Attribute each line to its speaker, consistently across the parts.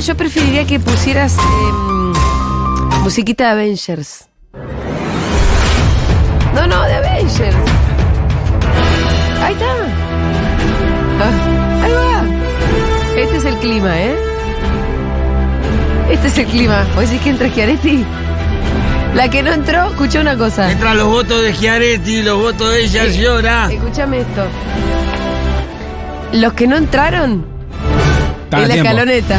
Speaker 1: yo preferiría que pusieras em, musiquita de Avengers. No, no, de Avengers. Ahí está. Ah, ahí va. Este es el clima, ¿eh? Este es el clima. ¿Vos decís que entra Chiaretti? La que no entró, escuchó una cosa.
Speaker 2: Entran los votos de Giaretti, los votos de ella
Speaker 1: Sí.
Speaker 2: llora.
Speaker 1: Escúchame Eh, esto. Los que no entraron
Speaker 3: Están a
Speaker 1: en la
Speaker 3: tiempo.
Speaker 1: escaloneta.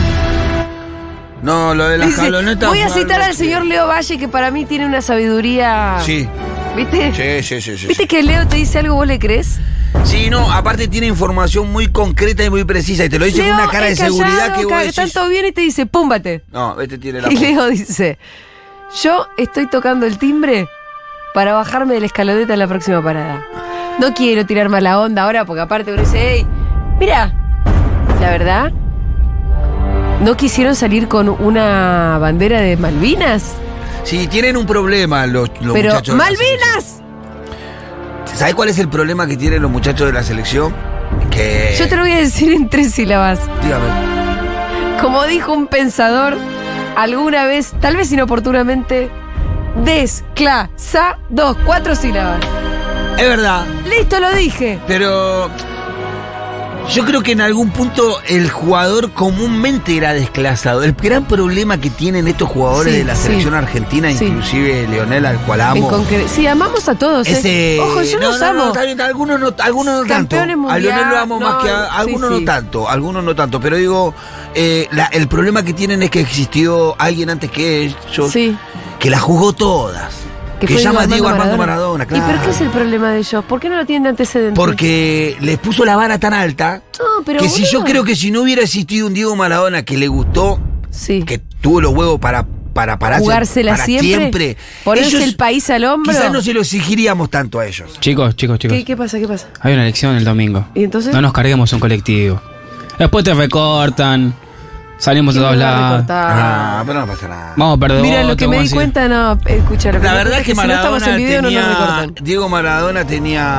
Speaker 2: No, lo de la
Speaker 1: Dice,
Speaker 2: escaloneta.
Speaker 1: voy a
Speaker 2: fue algo
Speaker 1: citar al
Speaker 2: que-
Speaker 1: señor Leo Valle, que para mí tiene una sabiduría.
Speaker 2: Sí.
Speaker 1: ¿Viste?
Speaker 2: Sí, sí, sí, sí.
Speaker 1: ¿Viste que Leo te dice algo, vos le crees?
Speaker 2: Sí, no, aparte tiene información muy concreta y muy precisa y te lo dice
Speaker 1: Leo
Speaker 2: con una cara de
Speaker 1: es callado,
Speaker 2: seguridad que vos
Speaker 1: ca-
Speaker 2: decís...
Speaker 1: Tanto viene y te dice, púmbate.
Speaker 2: No, este tiene la...
Speaker 1: Y Leo dice, yo estoy tocando el timbre para bajarme de la escaloneta en la próxima parada. No quiero tirar mala onda ahora porque aparte uno dice, hey, mira, la verdad, ¿no quisieron salir con una bandera de Malvinas?
Speaker 2: Sí, tienen un problema los, los
Speaker 1: Pero
Speaker 2: muchachos. de la
Speaker 1: Malvinas,
Speaker 2: selección. ¿Sabés cuál es el problema que tienen los muchachos de la selección? Que...
Speaker 1: yo te lo voy a decir en tres sílabas.
Speaker 2: Dígame.
Speaker 1: Como dijo un pensador alguna vez, tal vez inoportunamente, desclasa dos, cuatro sílabas.
Speaker 2: Es verdad,
Speaker 1: Listo, lo dije.
Speaker 2: pero... Yo creo que en algún punto el jugador comúnmente era desclasado. El gran problema que tienen estos jugadores
Speaker 1: Sí,
Speaker 2: de la
Speaker 1: sí.
Speaker 2: selección argentina,
Speaker 1: Sí.
Speaker 2: inclusive Leonel, al cual
Speaker 1: En
Speaker 2: amo...
Speaker 1: concre- sí, amamos a todos. ¿eh?
Speaker 2: Ese-
Speaker 1: Ojo, yo
Speaker 2: no,
Speaker 1: los
Speaker 2: no,
Speaker 1: amo.
Speaker 2: no, está bien, algunos no, algunos no tanto.
Speaker 1: Campeones
Speaker 2: A Lionel lo
Speaker 1: mundial,
Speaker 2: amo
Speaker 1: no,
Speaker 2: más que a,
Speaker 1: sí,
Speaker 2: algunos
Speaker 1: sí.
Speaker 2: no tanto, algunos no tanto. Pero digo, eh, la- el problema que tienen es que existió alguien antes que ellos
Speaker 1: Sí.
Speaker 2: que la jugó todas. Que,
Speaker 1: fue
Speaker 2: se llama Diego Armando Maradona,
Speaker 1: ¿Y
Speaker 2: claro.
Speaker 1: por qué es el problema de ellos? ¿Por qué no lo tienen de antecedentes?
Speaker 2: Porque les puso la vara tan alta
Speaker 1: No, pero.
Speaker 2: que si
Speaker 1: boludo.
Speaker 2: yo creo que si no hubiera existido un Diego Maradona que le gustó,
Speaker 1: Sí.
Speaker 2: que tuvo los huevos para para pararse,
Speaker 1: Jugársela
Speaker 2: para
Speaker 1: siempre, ponerse el país al hombro.
Speaker 2: Quizás no se lo exigiríamos tanto a ellos.
Speaker 3: Chicos, chicos, chicos.
Speaker 1: ¿Qué, qué pasa? ¿Qué pasa?
Speaker 3: Hay una elección el domingo.
Speaker 1: ¿Y entonces?
Speaker 3: No nos carguemos un colectivo. Después te recortan. Salimos de
Speaker 1: ¿Quién
Speaker 3: todos
Speaker 1: me va a
Speaker 3: lados.
Speaker 1: recortar?
Speaker 2: Ah, pero no pasa nada.
Speaker 3: Vamos a perder
Speaker 1: Mira, lo
Speaker 3: voto,
Speaker 1: que me
Speaker 3: vamos
Speaker 1: di
Speaker 3: a-
Speaker 1: cuenta, no. Escúchalo.
Speaker 2: La verdad es que
Speaker 1: si no
Speaker 2: Maradona
Speaker 1: estamos en video, no
Speaker 2: tenía,
Speaker 1: nos recortan.
Speaker 2: Diego Maradona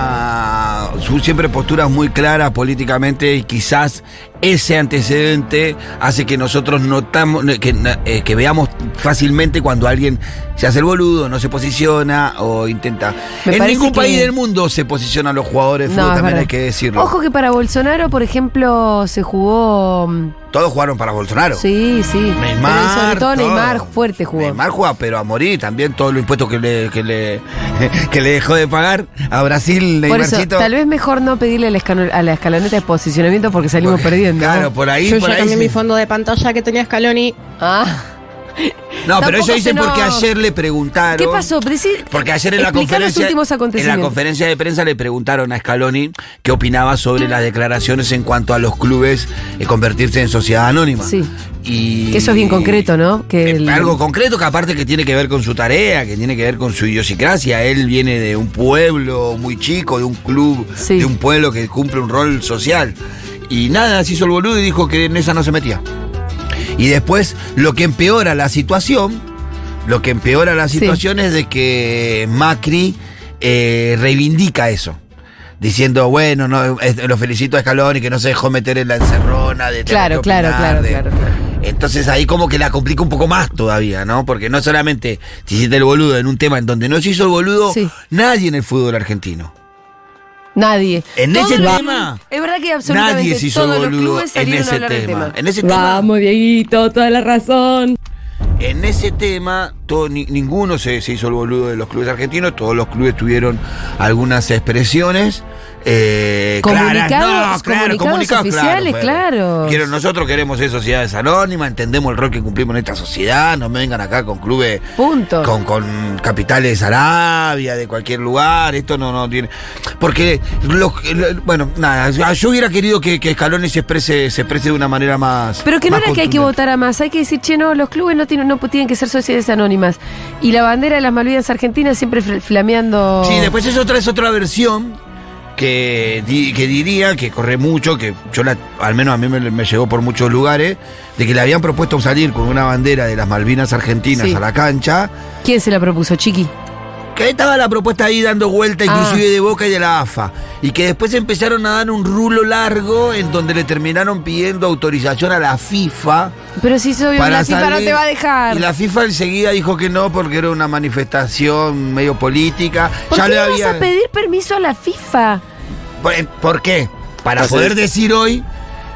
Speaker 2: tenía su- siempre posturas muy claras políticamente y quizás ese antecedente hace que nosotros notamos, que, eh, que veamos fácilmente cuando alguien se hace el boludo, no se posiciona o intenta.
Speaker 1: Me
Speaker 2: en
Speaker 1: parece
Speaker 2: ningún
Speaker 1: que-
Speaker 2: país del mundo se posicionan los jugadores de
Speaker 1: No,
Speaker 2: fútbol,
Speaker 1: es
Speaker 2: también
Speaker 1: verdad.
Speaker 2: hay que decirlo.
Speaker 1: Ojo que para Bolsonaro, por ejemplo, se jugó. mm,
Speaker 2: Todos jugaron para Bolsonaro.
Speaker 1: Sí, sí.
Speaker 2: Neymar.
Speaker 1: Pero sobre todo Neymar
Speaker 2: todo.
Speaker 1: fuerte jugó.
Speaker 2: Neymar juega, pero a morir también todos los impuestos que le, que le, que le dejó de pagar a Brasil,
Speaker 1: Por eso,
Speaker 2: Neymarcito.
Speaker 1: tal vez mejor no pedirle la escano- a la escaloneta de posicionamiento porque salimos
Speaker 2: Porque,
Speaker 1: perdiendo. ¿no?
Speaker 2: Claro, por ahí,
Speaker 4: Yo
Speaker 2: por
Speaker 4: ya
Speaker 2: ahí.
Speaker 4: cambié
Speaker 2: sí.
Speaker 4: mi fondo de pantalla que tenía Scaloni.
Speaker 1: Ah.
Speaker 2: No,
Speaker 1: Tampoco
Speaker 2: pero eso
Speaker 1: se
Speaker 2: dicen
Speaker 1: nos-
Speaker 2: porque ayer le preguntaron.
Speaker 1: ¿Qué pasó? Decí-
Speaker 2: Porque ayer en la
Speaker 1: explicá los
Speaker 2: conferencia
Speaker 1: últimos
Speaker 2: en la
Speaker 1: acontecimientos.
Speaker 2: conferencia de prensa le preguntaron a Scaloni qué opinaba sobre las declaraciones en cuanto a los clubes eh, convertirse en sociedad anónima.
Speaker 1: Sí.
Speaker 2: Y
Speaker 1: Que eso es bien concreto, ¿no? Que
Speaker 2: Eh,
Speaker 1: el-
Speaker 2: Algo concreto que aparte que tiene que ver con su tarea, que tiene que ver con su idiosincrasia. Él viene de un pueblo muy chico, de un club,
Speaker 1: Sí.
Speaker 2: de un pueblo que cumple un rol social. Y nada, se hizo el boludo y dijo que en esa no se metía. Y después, lo que empeora la situación, lo que empeora la
Speaker 1: Sí.
Speaker 2: situación es de que Macri eh, reivindica eso. Diciendo, bueno, no, es- lo felicito a Scaloni que no se dejó meter en la encerrona de tener
Speaker 1: Claro,
Speaker 2: que
Speaker 1: claro,
Speaker 2: opinar,
Speaker 1: claro,
Speaker 2: de-
Speaker 1: claro, claro.
Speaker 2: Entonces ahí como que la complica un poco más todavía, ¿no? Porque no solamente se hiciste el boludo en un tema en donde no se hizo el boludo
Speaker 1: Sí.
Speaker 2: nadie en el fútbol argentino.
Speaker 1: Nadie.
Speaker 2: En
Speaker 1: Todos
Speaker 2: ese
Speaker 1: los-
Speaker 2: tema,
Speaker 1: Es verdad que absolutamente
Speaker 2: Nadie se hizo
Speaker 1: todos
Speaker 2: el
Speaker 1: los
Speaker 2: boludo
Speaker 1: clubes
Speaker 2: en
Speaker 1: salieron a
Speaker 2: ese
Speaker 1: hablar del
Speaker 2: tema.
Speaker 1: tema.
Speaker 2: En ese tema
Speaker 4: Vamos, Dieguito, toda la razón.
Speaker 2: En ese tema, todo- ni- ninguno se, se hizo el boludo de los clubes argentinos, todos los clubes tuvieron algunas expresiones. eh,
Speaker 1: Comunicados-
Speaker 2: claras, no, claro,
Speaker 1: comunicados oficiales, claro.
Speaker 2: Quiero- nosotros queremos ser sociedades anónimas, entendemos el rol que cumplimos en esta sociedad, no me vengan acá con clubes
Speaker 1: Punto.
Speaker 2: con, con capitales Arabia, de cualquier lugar, esto no, no tiene. Porque, los- lo- bueno, nada, yo hubiera querido que, que Scaloni se exprese, se exprese de una manera más.
Speaker 1: Pero que no
Speaker 2: más
Speaker 1: era que hay que
Speaker 2: contundente.
Speaker 1: votar a más, hay que decir, che, no, los clubes no tienen, no tienen que ser sociedades anónimas. Y la bandera de las Malvinas Argentinas siempre fl- flameando.
Speaker 2: Sí, después es otra, es otra versión que, di- que diría que corre mucho, que yo la, al menos a mí me, me llegó por muchos lugares, de que le habían propuesto salir con una bandera de las Malvinas Argentinas
Speaker 1: Sí.
Speaker 2: a la cancha.
Speaker 1: ¿Quién se la propuso, Chiqui?
Speaker 2: que estaba la propuesta ahí dando vuelta,
Speaker 1: Ah.
Speaker 2: inclusive de Boca y de la AFA. Y que después empezaron a dar un rulo largo en donde le terminaron pidiendo autorización a la FIFA.
Speaker 1: Pero si soy una FIFA no te va a dejar.
Speaker 2: Y la FIFA enseguida dijo que no porque era una manifestación medio política.
Speaker 1: ¿Por
Speaker 2: Ya
Speaker 1: qué
Speaker 2: le
Speaker 1: le vas
Speaker 2: habían-
Speaker 1: a pedir permiso a la FIFA?
Speaker 2: ¿Por, eh, por qué? Para
Speaker 5: Pues
Speaker 2: poder
Speaker 5: es-
Speaker 2: decir hoy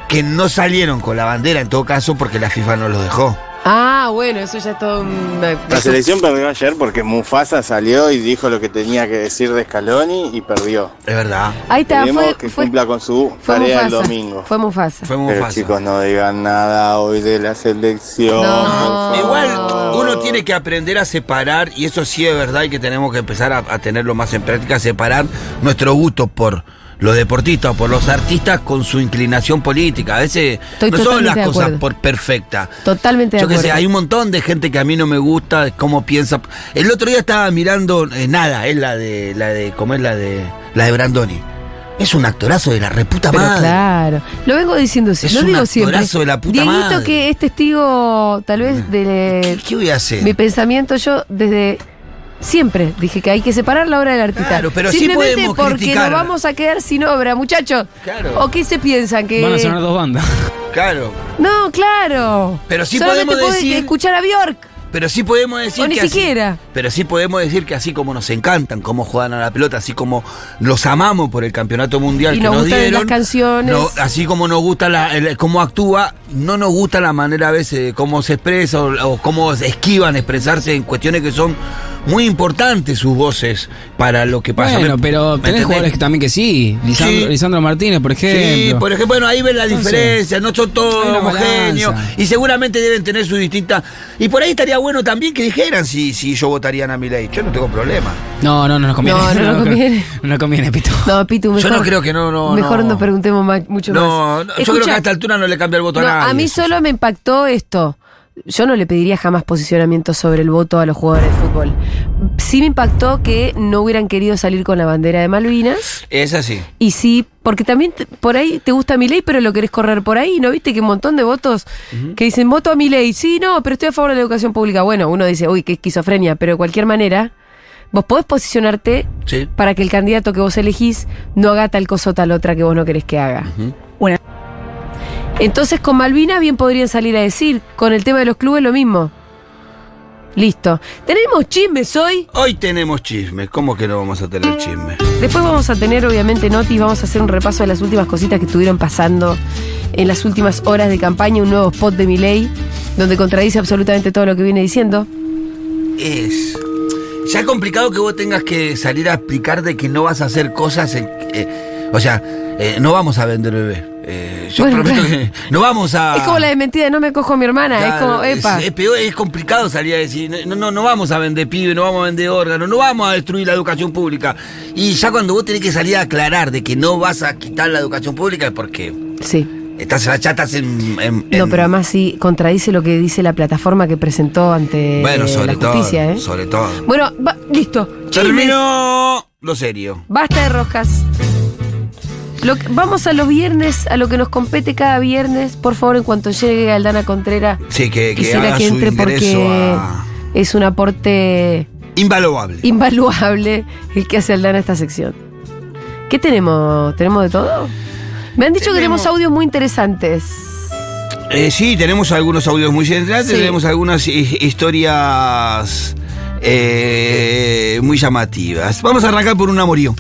Speaker 2: que no salieron con la bandera en todo caso porque la FIFA no los dejó.
Speaker 1: Ah, bueno, eso ya es todo un...
Speaker 5: La selección perdió ayer porque Mufasa salió y dijo lo que tenía que decir de Scaloni y perdió.
Speaker 2: Es verdad.
Speaker 1: Ahí está,
Speaker 5: Queremos
Speaker 1: fue,
Speaker 5: que
Speaker 1: fue,
Speaker 5: cumpla con su
Speaker 1: fue
Speaker 5: tarea el
Speaker 1: Mufasa.
Speaker 5: domingo.
Speaker 1: Fue Mufasa.
Speaker 2: Fue muy
Speaker 5: Pero
Speaker 2: fácil.
Speaker 5: chicos, no digan nada hoy de la selección.
Speaker 1: No.
Speaker 5: por favor.
Speaker 2: Igual uno tiene que aprender a separar, y eso sí es verdad y que tenemos que empezar a, a tenerlo más en práctica, separar nuestro gusto por los deportistas, por los artistas con su inclinación política. A veces
Speaker 1: Estoy
Speaker 2: no son
Speaker 1: totalmente
Speaker 2: las
Speaker 1: de
Speaker 2: cosas
Speaker 1: acuerdo.
Speaker 2: por perfectas.
Speaker 1: Totalmente de
Speaker 2: Yo qué
Speaker 1: acuerdo.
Speaker 2: sé, hay un montón de gente que a mí no me gusta, de cómo piensa. El otro día estaba mirando eh, nada, es la de, la de, ¿cómo es la de, la de Brandoni? Es un actorazo de la reputa
Speaker 1: Pero
Speaker 2: madre.
Speaker 1: claro, lo vengo diciendo,
Speaker 2: Es
Speaker 1: lo
Speaker 2: un
Speaker 1: digo siempre.
Speaker 2: actorazo de la puta
Speaker 1: Dieguito
Speaker 2: madre. Mm.
Speaker 1: que es testigo tal vez
Speaker 2: ¿Qué,
Speaker 1: de
Speaker 2: qué voy a hacer?
Speaker 1: mi pensamiento yo desde siempre dije que hay que separar la obra del artista.
Speaker 2: Claro, pero sí
Speaker 1: Simplemente
Speaker 2: podemos
Speaker 1: porque
Speaker 2: criticar.
Speaker 1: nos vamos a quedar sin obra, muchachos.
Speaker 2: Claro.
Speaker 1: ¿O qué se piensan que
Speaker 3: Van a sonar dos bandas.
Speaker 2: Claro.
Speaker 1: No, claro.
Speaker 2: Pero sí
Speaker 1: Solamente
Speaker 2: podemos
Speaker 1: puede
Speaker 2: decir-
Speaker 1: escuchar a Bjork.
Speaker 2: Pero sí podemos decir
Speaker 1: O ni
Speaker 2: que así-
Speaker 1: siquiera.
Speaker 2: pero sí podemos decir que así como nos encantan, cómo juegan a la pelota, así como los amamos por el campeonato mundial
Speaker 1: Y
Speaker 2: que
Speaker 1: nos
Speaker 2: nos,
Speaker 1: gustan
Speaker 2: dieron,
Speaker 1: las canciones.
Speaker 2: no- así como nos gusta la, el- cómo actúa, no nos gusta la manera a veces de cómo se expresa o, o cómo se esquivan expresarse en cuestiones que son muy importantes sus voces para lo que pasa.
Speaker 3: Bueno,
Speaker 2: ¿Me-
Speaker 3: pero
Speaker 2: me
Speaker 3: tenés
Speaker 2: entendés?
Speaker 3: jugadores que también que sí. Lisandro,
Speaker 2: Sí.
Speaker 3: Lisandro Martínez, por ejemplo.
Speaker 2: Sí, por ejemplo, bueno, ahí ven la
Speaker 3: Entonces,
Speaker 2: diferencia, no son todos
Speaker 3: Ah, hay una
Speaker 2: homogéneos
Speaker 3: balanza.
Speaker 2: y seguramente deben tener sus distintas... Y por ahí estaría bueno también que dijeran si, si yo votarían a mi ley. Yo no tengo problema.
Speaker 3: No, no, no nos conviene.
Speaker 1: No, no nos conviene.
Speaker 3: No nos conviene, Pito.
Speaker 1: No, Pitu, mejor.
Speaker 2: no creo que no, no,
Speaker 1: Mejor
Speaker 2: no.
Speaker 1: no, preguntemos ma- mucho
Speaker 2: No,
Speaker 1: más.
Speaker 2: no, yo
Speaker 1: Escuchá,
Speaker 2: creo que a esta altura no le cambia el voto
Speaker 1: no,
Speaker 2: a nadie.
Speaker 1: a mí solo me impactó esto. Yo no le pediría jamás posicionamiento sobre el voto a los jugadores de fútbol. Sí me impactó que no hubieran querido salir con la bandera de Malvinas.
Speaker 2: Es así.
Speaker 1: Y sí, porque también te- por ahí te gusta mi ley, pero lo querés correr por ahí. ¿No viste que un montón de votos que dicen voto a mi ley? Sí, no, pero estoy a favor de la educación pública. Bueno, uno dice, uy, qué esquizofrenia, pero de cualquier manera, vos podés posicionarte
Speaker 2: Sí.
Speaker 1: para que el candidato que vos elegís no haga tal cosa o tal otra que vos no querés que haga.
Speaker 2: Ujú.
Speaker 4: Bueno.
Speaker 1: Entonces con Malvina bien podrían salir a decir, con el tema de los clubes lo mismo. Listo. Tenemos chismes hoy.
Speaker 2: Hoy tenemos chismes. ¿Cómo que no vamos a tener chismes?
Speaker 1: Después vamos a tener, obviamente, notis, vamos a hacer un repaso de las últimas cositas que estuvieron pasando en las últimas horas de campaña, un nuevo spot de Milei, donde contradice absolutamente todo lo que viene diciendo.
Speaker 2: Es. Ya es complicado que vos tengas que salir a explicar de que no vas a hacer cosas. en- eh, o sea, eh, no vamos a vender bebé. Eh, yo
Speaker 1: Bueno,
Speaker 2: prometo
Speaker 1: claro.
Speaker 2: que no vamos a.
Speaker 1: Es como la de mentira, no me cojo a mi hermana, es
Speaker 2: Ah. Claro,
Speaker 1: como, epa.
Speaker 2: es peor, es complicado salir a decir, no, no, no vamos a vender pibe, no vamos a vender órganos, no vamos a destruir la educación pública. Y ya cuando vos tenés que salir a aclarar de que no vas a quitar la educación pública es porque
Speaker 1: Sí.
Speaker 2: estás, ya estás en... en-
Speaker 1: No,
Speaker 2: en-
Speaker 1: pero además sí contradice lo que dice la plataforma que presentó ante
Speaker 2: Bueno, sobre
Speaker 1: eh, la justicia,
Speaker 2: todo,
Speaker 1: ¿eh?
Speaker 2: sobre todo.
Speaker 1: Bueno, va- listo. Chismes.
Speaker 2: Terminó lo serio.
Speaker 1: Basta de roscas. Lo que- vamos a los viernes, a lo que nos compete cada viernes. Por favor, en cuanto llegue Aldana Contrera,
Speaker 2: Sí, que, que
Speaker 1: quisiera
Speaker 2: haga
Speaker 1: que
Speaker 2: su
Speaker 1: entre
Speaker 2: ingreso
Speaker 1: porque
Speaker 2: a...
Speaker 1: es un aporte
Speaker 2: Invaluable.
Speaker 1: invaluable el que hace Aldana a esta sección. ¿Qué tenemos? ¿Tenemos de todo? Me han dicho que tenemos audios muy interesantes.
Speaker 2: Eh, sí, tenemos algunos audios muy interesantes,
Speaker 1: Sí.
Speaker 2: tenemos algunas hi- historias eh, muy llamativas. Vamos a arrancar por un amorío.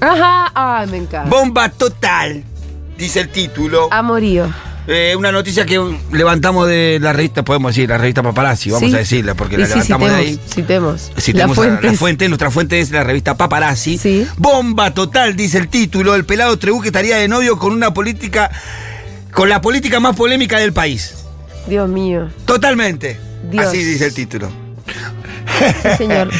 Speaker 1: Ajá, ay, me encanta.
Speaker 2: Bomba total, dice el título.
Speaker 1: Ah. Amorío.
Speaker 2: Eh, una noticia que levantamos de la revista, podemos decir, la revista Paparazzi, vamos
Speaker 1: Sí.
Speaker 2: a decirla, porque
Speaker 1: Y
Speaker 2: la
Speaker 1: sí,
Speaker 2: levantamos de ahí.
Speaker 1: citemos, Citemos.
Speaker 2: Citemos
Speaker 1: la
Speaker 2: a-
Speaker 1: fuente.
Speaker 2: la fuente, nuestra fuente es la revista Paparazzi.
Speaker 1: Sí.
Speaker 2: Bomba total, dice el título. El pelado Trebuque estaría de novio con una política, con la política más polémica del país.
Speaker 1: Dios mío.
Speaker 2: Totalmente.
Speaker 1: Dios.
Speaker 2: Así dice el título.
Speaker 1: Sí, señor.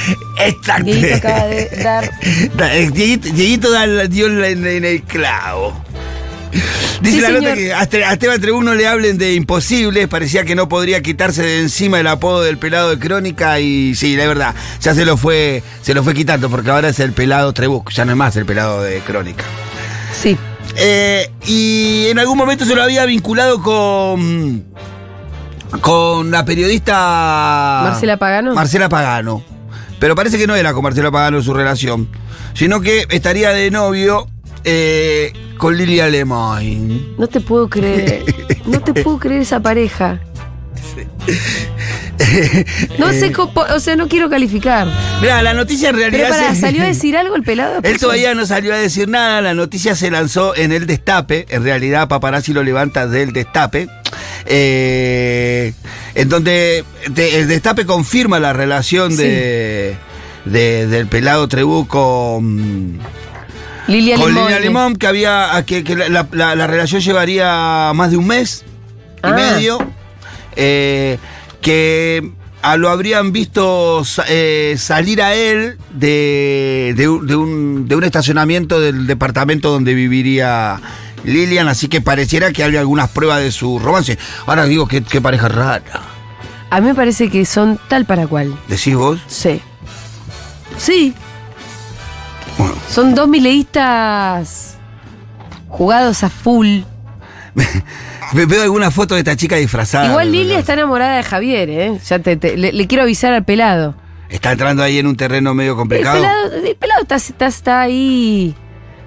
Speaker 2: Exacto.
Speaker 1: Dieguito acaba de dar.
Speaker 2: Da- eh, Dieguito, Dieguito da la- dio la- en, en el clavo. Dice
Speaker 1: Sí,
Speaker 2: la nota
Speaker 1: señor.
Speaker 2: que a Este- a Esteban Trebú no le hablen de imposibles, parecía que no podría quitarse de encima el apodo del pelado de Crónica y sí, la verdad, ya se lo fue, se lo fue quitando porque ahora es el pelado Trebú, ya no es más el pelado de Crónica.
Speaker 1: Sí.
Speaker 2: Eh, y en algún momento se lo había vinculado con. con la periodista. Ah.
Speaker 1: Marcela Pagano.
Speaker 2: Marcela Pagano. Pero parece que no era con Marcelo Pagano su relación, sino que estaría de novio eh, con Lilia Lemoyne.
Speaker 1: No te puedo creer. No te puedo creer esa pareja. No sé, cómo- o sea, no quiero calificar.
Speaker 2: Mira, Eh, la noticia en realidad.
Speaker 1: Pero pará,
Speaker 2: se-
Speaker 1: ¿salió a decir algo el pelado?
Speaker 2: Él todavía no salió a decir nada, la noticia se lanzó en el destape, en realidad paparazzi lo levanta del destape, eh, en donde de- el destape confirma la relación de, de- del pelado Trebú con,
Speaker 1: Lilia
Speaker 2: con Lina
Speaker 1: Limón.
Speaker 2: Limón, que, había, que, que la, la- la- la relación llevaría más de un mes y
Speaker 1: Ah.
Speaker 2: medio, eh, que a- lo habrían visto sa- eh, salir a él de, de un- de un, de un estacionamiento del departamento donde viviría Lilian, así que pareciera que había algunas pruebas de su romance. Ahora digo, qué, qué pareja rara,
Speaker 1: A mí me parece que son tal para cual.
Speaker 2: decís vos.
Speaker 1: Sí. Sí.
Speaker 2: Bueno.
Speaker 1: Son dos mileístas jugados a full.
Speaker 2: Ve- Veo alguna foto de esta chica disfrazada.
Speaker 1: Igual
Speaker 2: de
Speaker 1: Lilia
Speaker 2: verdad.
Speaker 1: está enamorada de Javier, ¿eh? Ya te- te- le, le quiero avisar al pelado.
Speaker 2: Está entrando ahí en un terreno medio
Speaker 1: El
Speaker 2: complicado.
Speaker 1: pelado, el pelado está, está- está ahí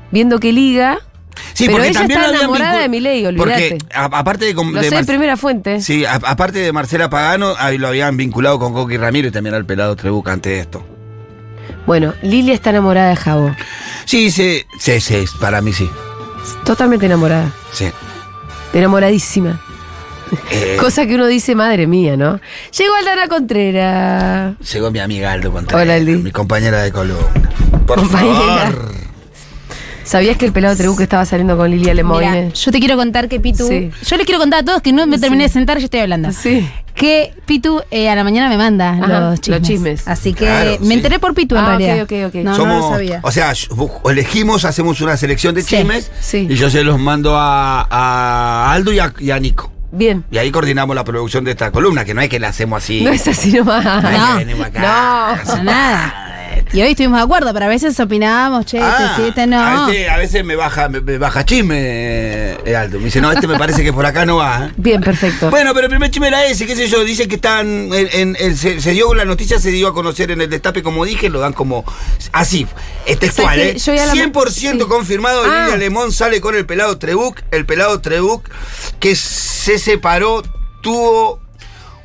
Speaker 1: viendo que liga.
Speaker 2: Sí,
Speaker 1: Pero
Speaker 2: porque
Speaker 1: ella
Speaker 2: también
Speaker 1: está
Speaker 2: lo habían
Speaker 1: enamorada
Speaker 2: vincul-
Speaker 1: de Milei, olvídate.
Speaker 2: Porque a- aparte de, com-
Speaker 1: Lo
Speaker 2: de
Speaker 1: sé de
Speaker 2: Mar-
Speaker 1: primera fuente.
Speaker 2: sí, a- aparte de Marcela Pagano, ahí lo habían vinculado con Coqui Ramiro y también al pelado Trebuca ante esto.
Speaker 1: Bueno, Lilia está enamorada de Javo.
Speaker 2: Sí, sí, sí, sí, para mí sí.
Speaker 1: Totalmente enamorada.
Speaker 2: sí.
Speaker 1: Enamoradísima.
Speaker 2: Eh,
Speaker 1: Cosa que uno dice, madre mía, ¿no? Llegó Aldana Contreras.
Speaker 2: llegó mi amiga Aldo Contreras,
Speaker 1: Hola, Aldi.
Speaker 2: mi compañera de Colón. Por
Speaker 1: Compañera.
Speaker 2: favor.
Speaker 1: ¿Sabías que el pelado Trebuque estaba saliendo con Lilia
Speaker 6: Mira,
Speaker 1: Lemoyne?
Speaker 6: yo te quiero contar que Pitu.
Speaker 1: Sí.
Speaker 6: Yo les quiero contar a todos que no me terminé de sentar y yo estoy hablando.
Speaker 1: Sí.
Speaker 6: Que Pitu eh, a la mañana me manda
Speaker 1: Ajá,
Speaker 6: los, chismes.
Speaker 1: los chismes.
Speaker 6: Así que
Speaker 2: Claro,
Speaker 6: me
Speaker 2: sí.
Speaker 6: enteré por Pitu en
Speaker 1: Ah, ok,
Speaker 6: realidad.
Speaker 1: ok, ok.
Speaker 6: No,
Speaker 2: Somos,
Speaker 6: no lo sabía.
Speaker 2: O sea, yo- bu- elegimos, hacemos una selección de
Speaker 6: Sí,
Speaker 2: chismes
Speaker 1: sí.
Speaker 2: y yo se los mando a, a Aldo y a, y a Nico.
Speaker 1: Bien.
Speaker 2: Y ahí coordinamos la producción de esta columna, que no es que la hacemos así.
Speaker 1: No es así nomás.
Speaker 2: No es que
Speaker 6: No.
Speaker 2: venimos acá.
Speaker 1: No.
Speaker 6: Para nada. Y hoy estuvimos de acuerdo, pero a veces opinábamos, che,
Speaker 2: Ah,
Speaker 6: este sí, este no.
Speaker 2: A veces, a veces me baja, me, me baja chisme eh, Aldo. Me dice, no, este me parece que por acá no va. ¿eh?
Speaker 1: Bien, perfecto.
Speaker 2: Bueno, pero el primer chisme era ese, qué sé yo, dicen que están, en- en- en- se, se dio, la noticia se dio a conocer en el destape, como dije, lo dan como así, es textual,
Speaker 1: O sea,
Speaker 2: ¿eh?
Speaker 1: que yo ya la-
Speaker 2: 100%
Speaker 1: sí.
Speaker 2: confirmado,
Speaker 1: Ah.
Speaker 2: Lilia Lemón sale con el pelado Trebuc, el pelado Trebuc que se separó, tuvo...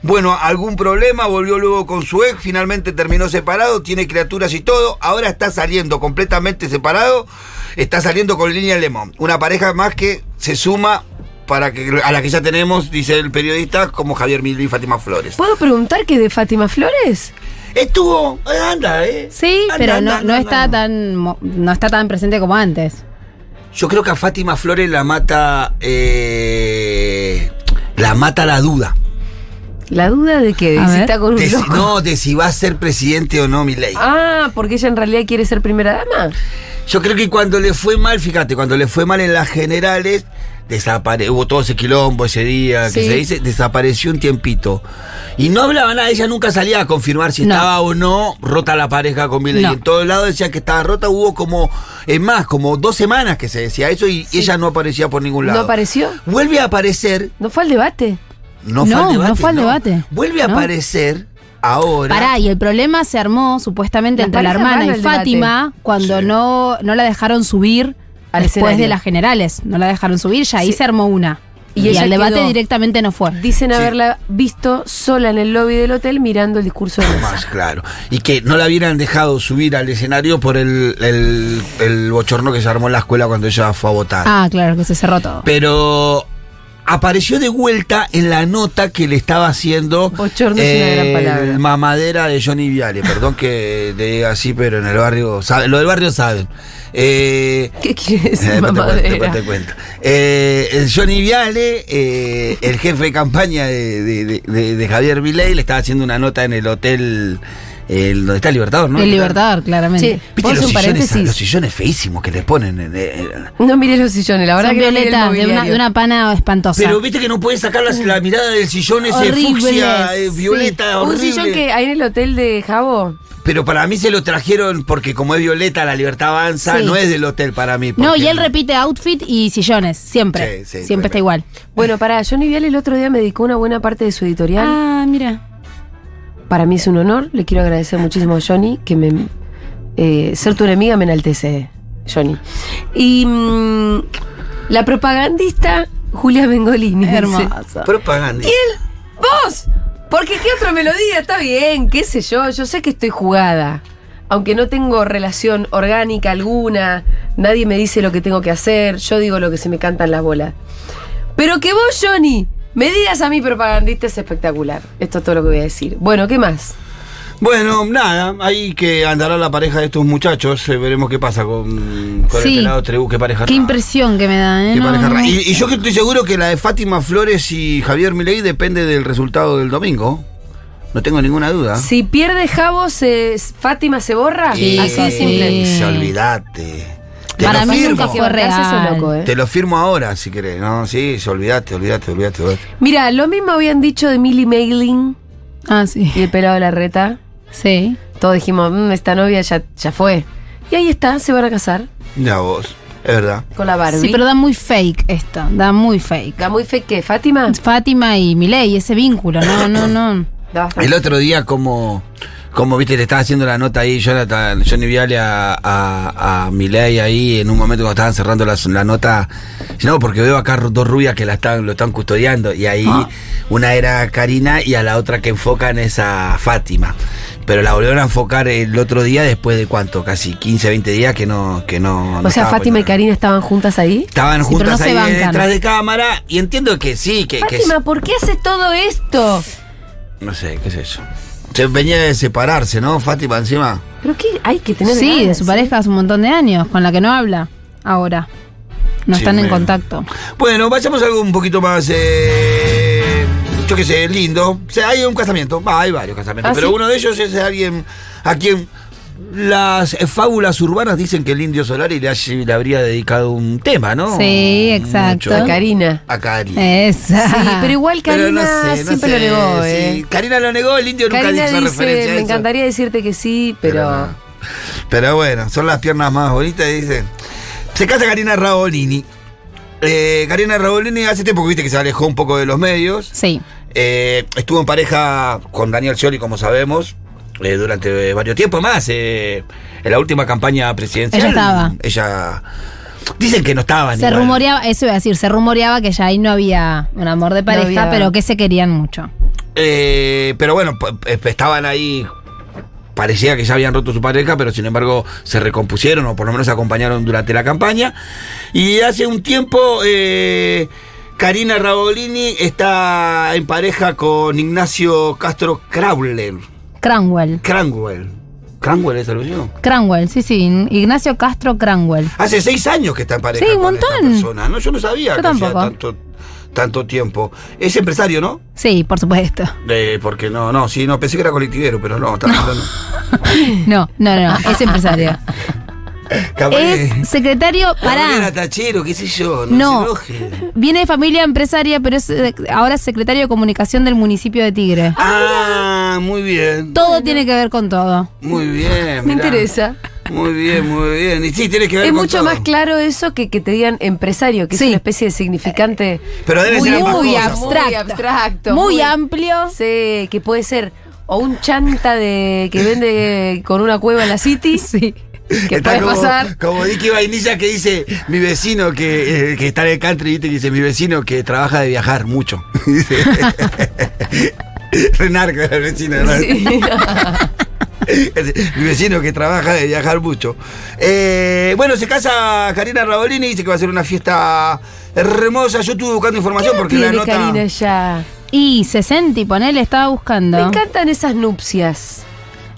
Speaker 2: Bueno, algún problema, volvió luego con su ex, finalmente terminó separado, tiene criaturas y todo, ahora está saliendo completamente separado, está saliendo con Línea Lemón, una pareja más que se suma para que, a la que ya tenemos, dice el periodista, como Javier Mili y Fátima Flores.
Speaker 1: ¿Puedo preguntar qué de Fátima Flores?
Speaker 2: Estuvo, eh, anda, ¿eh?
Speaker 6: Sí,
Speaker 2: Anda,
Speaker 6: pero
Speaker 2: anda,
Speaker 6: Ah, no,
Speaker 2: anda,
Speaker 6: no
Speaker 2: anda,
Speaker 6: está
Speaker 2: anda.
Speaker 6: tan mo- no está tan presente como antes.
Speaker 2: Yo creo que a Fátima Flores la mata, eh, la mata la duda.
Speaker 1: La duda de que
Speaker 6: A
Speaker 1: si
Speaker 6: ver.
Speaker 1: está con
Speaker 2: De
Speaker 1: un
Speaker 2: si-
Speaker 1: loco.
Speaker 2: no, de si va a ser presidente o no, Milei.
Speaker 1: Ah, porque ella en realidad quiere ser primera dama.
Speaker 2: Yo creo que cuando le fue mal, fíjate, cuando le fue mal en las generales, desapare hubo todo ese quilombo ese día que
Speaker 1: Sí.
Speaker 2: se dice, desapareció un tiempito. Y no hablaba nada, ella nunca salía a confirmar si
Speaker 6: No.
Speaker 2: estaba o no rota la pareja con Milei.
Speaker 6: No.
Speaker 2: En todos lados decían que estaba rota, hubo como, es más, como dos semanas que se decía eso y ella no aparecía por ningún
Speaker 1: ¿No
Speaker 2: lado.
Speaker 1: apareció?
Speaker 2: Vuelve a aparecer,
Speaker 1: ¿No fue al debate?
Speaker 2: no, fue
Speaker 6: No,
Speaker 2: al
Speaker 6: no
Speaker 2: debate.
Speaker 6: fue al debate.
Speaker 2: Vuelve a
Speaker 6: No.
Speaker 2: aparecer ahora.
Speaker 6: Pará, y el problema se armó supuestamente
Speaker 1: Las
Speaker 6: entre la
Speaker 1: parejas
Speaker 6: hermana
Speaker 1: van
Speaker 6: y
Speaker 1: al debate.
Speaker 6: Fátima cuando
Speaker 2: Sí.
Speaker 6: no, no la dejaron subir
Speaker 1: Al
Speaker 6: después
Speaker 1: escenario.
Speaker 6: de las generales. No la dejaron subir, ya ahí
Speaker 1: Sí.
Speaker 6: se armó una.
Speaker 1: Y
Speaker 6: Y,
Speaker 1: ella
Speaker 6: al debate
Speaker 1: quedó.
Speaker 6: directamente no fue.
Speaker 1: Dicen
Speaker 2: Sí.
Speaker 1: haberla visto sola en el lobby del hotel mirando el discurso de mesa.
Speaker 2: más, claro. Y que no la hubieran dejado subir al escenario por el, el, el bochorno que se armó en la escuela cuando ella fue a votar.
Speaker 6: Ah, claro, que se cerró todo.
Speaker 2: Pero apareció de vuelta en la nota que le estaba haciendo eh,
Speaker 1: Bochorno es una gran palabra.
Speaker 2: el mamadera de Johnny Viale. Perdón que le diga así, pero en el barrio, saben, lo del barrio saben. Eh,
Speaker 1: ¿Qué quiere
Speaker 2: eh,
Speaker 1: decir
Speaker 2: después
Speaker 1: mamadera?
Speaker 2: Te cuento, después te cuento. Eh, el Johnny Viale, eh, el jefe de campaña de, de- de- de- de Javier Viley, le estaba haciendo una nota en el hotel el, donde está el Libertador, ¿no?
Speaker 6: el Libertador, claramente.
Speaker 1: Sí.
Speaker 2: ¿Viste
Speaker 1: Vos
Speaker 2: los
Speaker 1: un
Speaker 2: sillones,
Speaker 1: paréntesis.
Speaker 2: los sillones feísimos que le ponen? eh, en- en-
Speaker 1: No mires los sillones, la verdad
Speaker 6: Son
Speaker 1: que no mire el
Speaker 6: violetas, de una,
Speaker 1: mobiliario.
Speaker 6: de una pana espantosa.
Speaker 2: pero viste que no puedes sacar la, la mirada del sillón ese
Speaker 6: Horrible,
Speaker 2: fucsia, eh,
Speaker 6: uh, sí.
Speaker 2: violeta,
Speaker 1: Un
Speaker 2: horrible.
Speaker 1: sillón que hay en el hotel de Jabo.
Speaker 2: Pero para mí se lo trajeron porque como es violeta, la libertad avanza,
Speaker 6: Sí.
Speaker 2: no es del hotel para mí.
Speaker 6: no,
Speaker 2: porque-
Speaker 6: y él repite outfit y sillones, siempre.
Speaker 2: Sí, sí,
Speaker 6: siempre está igual.
Speaker 1: Bueno, para Johnny Vial el otro día me dedicó una buena parte de su editorial
Speaker 6: Ah, mira.
Speaker 1: Para mí es un honor. Le quiero agradecer muchísimo a Johnny que me. eh, ser tu enemiga me enaltece, Johnny. Y mm, la propagandista Julia Bengolini. dice,
Speaker 6: Hermoso.
Speaker 2: Propaganda.
Speaker 1: ¡Vos! Porque qué otra melodía, está bien, qué sé yo, yo sé que estoy jugada. Aunque no tengo relación orgánica alguna, nadie me dice lo que tengo que hacer, yo digo lo que se me cantan las bolas. Pero que vos, Johnny, me digas a mi propagandista es espectacular. Esto es todo lo que voy a decir. Bueno, ¿qué más?
Speaker 2: Bueno, nada, ahí que andará la pareja de estos muchachos. eh, veremos qué pasa con, este con el
Speaker 6: Sí.
Speaker 2: pelado Trebú, qué pareja
Speaker 6: Qué
Speaker 2: rara.
Speaker 6: impresión que me da, ¿eh?
Speaker 2: Qué
Speaker 6: No,
Speaker 2: pareja
Speaker 6: no.
Speaker 2: rara. Y, y yo que estoy seguro que la de Fátima Flores y Javier Milei depende del resultado del domingo. No tengo ninguna duda.
Speaker 1: Si pierde Jabo, se- Fátima se borra.
Speaker 2: Y-
Speaker 1: Así de simple.
Speaker 2: y Eh, olvidate. Te
Speaker 6: Para
Speaker 2: lo
Speaker 6: mí
Speaker 2: firmo.
Speaker 6: nunca fue
Speaker 1: Eso
Speaker 6: real.
Speaker 1: loco, ¿eh?
Speaker 2: Te lo firmo ahora, si querés. No, sí, sí, olvidate, olvidate, olvidate. olvidate.
Speaker 1: Mira, lo mismo habían dicho de Millie Mailing
Speaker 6: Ah, sí.
Speaker 1: y el pelado de la reta.
Speaker 6: Sí.
Speaker 1: Todos dijimos, "Mm, esta novia ya, ya fue. Y ahí está, se van a casar
Speaker 2: Mira vos, es verdad.
Speaker 1: con la Barbie.
Speaker 6: Sí, pero da muy fake esto. Da muy fake.
Speaker 1: Da muy fe que Fátima.
Speaker 6: Fátima y Milei, ese vínculo. No, no, no.
Speaker 1: Da bastante.
Speaker 2: El otro día, como, como viste, le estaba haciendo la nota ahí, Jonathan, Johnny Viale a, a, a Milei ahí, en un momento cuando estaban cerrando las- la, nota, dice, no, porque veo acá dos rubias que la están, lo están custodiando, y ahí
Speaker 1: Ah.
Speaker 2: una era Karina y a la otra que enfocan es a Fátima. Pero la volvieron a enfocar el otro día después de cuánto, casi 15, 20 días que no... Que no no
Speaker 1: o sea,
Speaker 2: estaba
Speaker 1: Fátima y
Speaker 2: poniendo-
Speaker 1: Karina estaban juntas ahí.
Speaker 2: Estaban
Speaker 6: Sí, pero
Speaker 2: juntas
Speaker 6: no se
Speaker 2: ahí
Speaker 6: bancan.
Speaker 2: detrás de cámara y entiendo que sí, Eh, que, que
Speaker 1: Fátima, ¿por qué hace todo esto?
Speaker 2: no sé, qué es eso. Se venía de separarse, ¿no? Fátima encima.
Speaker 1: Pero que hay que tener.
Speaker 6: Sí,
Speaker 1: ganas,
Speaker 6: de su pareja hace un montón de años, con la que no habla ahora. No
Speaker 2: Sí,
Speaker 6: están en
Speaker 2: bueno.
Speaker 6: contacto.
Speaker 2: Bueno, vayamos a algo un poquito más, eh, yo qué sé, lindo. O sea, hay un casamiento, va, hay varios casamientos,
Speaker 1: ¿Ah,
Speaker 2: pero
Speaker 1: sí?
Speaker 2: uno de ellos es alguien a quien las eh, fábulas urbanas dicen que el indio Solari le, ha- le habría dedicado un tema, ¿no? ¿eh?
Speaker 6: Sí, exacto.
Speaker 1: A Karina.
Speaker 2: A Cari.
Speaker 6: Esa.
Speaker 1: Sí, pero igual
Speaker 2: Pero no
Speaker 1: Eh, Karina
Speaker 2: sé, no
Speaker 1: siempre
Speaker 2: sé,
Speaker 1: lo negó,
Speaker 2: sí.
Speaker 1: ¿eh?
Speaker 2: Karina lo negó, el indio nunca
Speaker 1: Karina
Speaker 2: hizo
Speaker 1: dice,
Speaker 2: referencia a
Speaker 1: me
Speaker 2: eso.
Speaker 1: encantaría decirte que sí,
Speaker 2: Pero,
Speaker 1: pero.
Speaker 2: no. Pero bueno, son las piernas más bonitas, dicen. Se casa Karina Raolini. Eh, Karina Raolini hace tiempo que viste que se alejó un poco de los medios.
Speaker 6: Sí.
Speaker 2: Eh, estuvo en pareja con Daniel Scioli, como sabemos, eh, durante eh, varios tiempos más. eh, en la última campaña presidencial.
Speaker 6: Ella estaba.
Speaker 2: Ella- Dicen que no estaba.
Speaker 6: Se rumoreaba, eso iba a decir, se rumoreaba que ya ahí no había un amor de pareja,
Speaker 1: había-
Speaker 6: pero que se querían mucho.
Speaker 2: Eh, pero bueno, p- p- estaban ahí. Parecía que ya habían roto su pareja, pero sin embargo se recompusieron o por lo menos se acompañaron durante la campaña. Y hace un tiempo eh, Karina Rabolini está en pareja con Ignacio Castro Crowler.
Speaker 6: Cranwell.
Speaker 2: Cranwell. Cranwell es el apellido?
Speaker 6: Cranwell, sí, sí. Ignacio Castro Cranwell.
Speaker 2: Hace seis años que está en pareja
Speaker 6: Sí, un
Speaker 2: con esta
Speaker 6: montón.
Speaker 2: persona. No, yo no sabía
Speaker 6: Yo
Speaker 2: que hacía
Speaker 6: tampoco.
Speaker 2: tanto, tanto tiempo. Es empresario, ¿no?
Speaker 6: Sí, por supuesto.
Speaker 2: Eh, porque no, no, sí, no, pensé que era colectivero, pero no, está hablando-
Speaker 6: No, no, no, no, es empresario.
Speaker 2: Capaz que-
Speaker 6: es secretario
Speaker 2: Capaz que
Speaker 6: para...
Speaker 2: era tachero, qué sé yo, no,
Speaker 6: No.
Speaker 2: se enoje.
Speaker 6: Viene de familia empresaria, pero es eh, ahora secretario de comunicación del municipio de Tigre.
Speaker 2: Ah, muy bien.
Speaker 6: Todo tiene que ver con todo.
Speaker 2: Muy bien.
Speaker 1: Me
Speaker 2: mirá.
Speaker 1: interesa.
Speaker 2: Muy bien, muy bien. Y sí, tiene que ver
Speaker 1: Es
Speaker 2: con
Speaker 1: mucho
Speaker 2: todo.
Speaker 1: más claro eso que que te digan empresario, que
Speaker 6: Sí.
Speaker 1: es una especie de significante.
Speaker 2: Pero debe
Speaker 1: muy,
Speaker 2: ser ambas
Speaker 1: muy
Speaker 2: cosas.
Speaker 1: abstracto. Muy abstracto.
Speaker 6: Muy amplio.
Speaker 1: Sí, que puede ser o un chanta de que vende con una cueva en la City. Sí. Que
Speaker 2: Está
Speaker 1: puede
Speaker 2: como,
Speaker 1: pasar.
Speaker 2: Como Dicky Vainilla que dice, mi vecino que, eh, que está en el country, ¿viste? que dice, mi vecino que trabaja de viajar mucho. Dice. Renarco era el vecino, ¿no?
Speaker 1: Sí.
Speaker 2: Mi vecino que trabaja de viajar mucho. Eh, bueno, se casa Karina Rabolini, dice que va a ser una fiesta hermosa. Yo estuve buscando
Speaker 1: ¿Qué
Speaker 2: información
Speaker 1: edad
Speaker 2: porque la
Speaker 1: tiene
Speaker 2: nota.
Speaker 1: Karina ya?
Speaker 6: Y 60 y ponele, estaba buscando.
Speaker 1: Me encantan esas nupcias.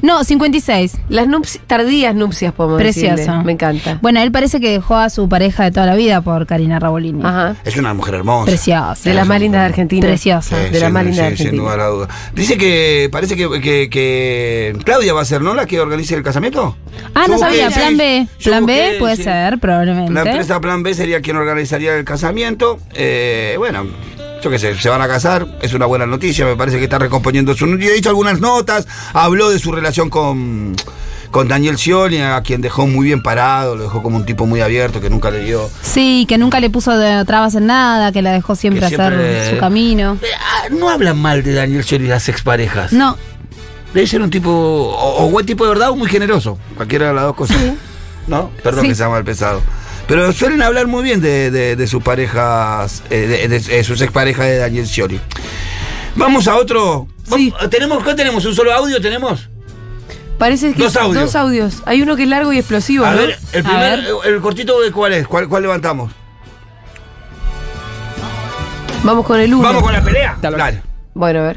Speaker 6: No, 56.
Speaker 1: Las nupcias, tardías nupcias, podemos
Speaker 6: Precioso.
Speaker 1: decirle. Me encanta.
Speaker 6: Bueno, él parece que dejó a su pareja de toda la vida por Karina Rabolini.
Speaker 1: Ajá.
Speaker 2: Es una mujer hermosa.
Speaker 6: Preciosa.
Speaker 1: De las más lindas de Argentina.
Speaker 6: Preciosa.
Speaker 1: De las
Speaker 2: sin-
Speaker 1: más lindas de
Speaker 2: sin- sin
Speaker 1: Argentina.
Speaker 2: lugar a duda. Dice que parece que, que- que Claudia va a ser, ¿no? La que organice el casamiento.
Speaker 6: Ah, no
Speaker 2: Yo
Speaker 6: sabía.
Speaker 2: busqué,
Speaker 6: Plan
Speaker 2: sí.
Speaker 6: B.
Speaker 2: Yo
Speaker 6: Plan B
Speaker 2: busqué,
Speaker 6: puede
Speaker 2: sí.
Speaker 6: ser, probablemente.
Speaker 2: La empresa Plan B sería quien organizaría el casamiento. Eh, bueno, yo qué sé, se van a casar. Es una buena noticia. Me parece que está recomponiendo su. Yo he hecho algunas notas. Habló de su relación con, con Daniel Scioli, a quien dejó muy bien parado. Lo dejó como un tipo muy abierto que nunca le dio.
Speaker 6: Sí, que nunca le puso de- trabas en nada, que la dejó siempre
Speaker 2: Que
Speaker 6: hacer
Speaker 2: siempre-
Speaker 6: su camino.
Speaker 2: Eh, ah, No hablan mal de Daniel Scioli y las exparejas.
Speaker 6: No,
Speaker 2: Debe ser un tipo, o, o buen tipo de verdad o muy generoso. Cualquiera de las dos cosas. ¿No? Perdón
Speaker 6: Sí.
Speaker 2: que sea mal pesado. Pero suelen hablar muy bien de, de- de sus parejas, eh, de, de- de sus exparejas de Daniel Scioli. Vamos a otro.
Speaker 1: Sí.
Speaker 2: Vamos- eh, ¿Tenemos, ¿Qué tenemos? ¿Un solo audio tenemos?
Speaker 1: Parece que
Speaker 2: Dos audios.
Speaker 1: Hay uno que es largo y explosivo.
Speaker 2: A
Speaker 1: ¿no?
Speaker 2: ver, el
Speaker 1: A
Speaker 2: primer, eh,
Speaker 1: ver,
Speaker 2: el cortito de cuál es, cuál, cuál levantamos.
Speaker 1: vamos con el uno.
Speaker 2: Vamos con la pelea.
Speaker 7: Tal-
Speaker 2: Dale.
Speaker 1: Bueno, a ver.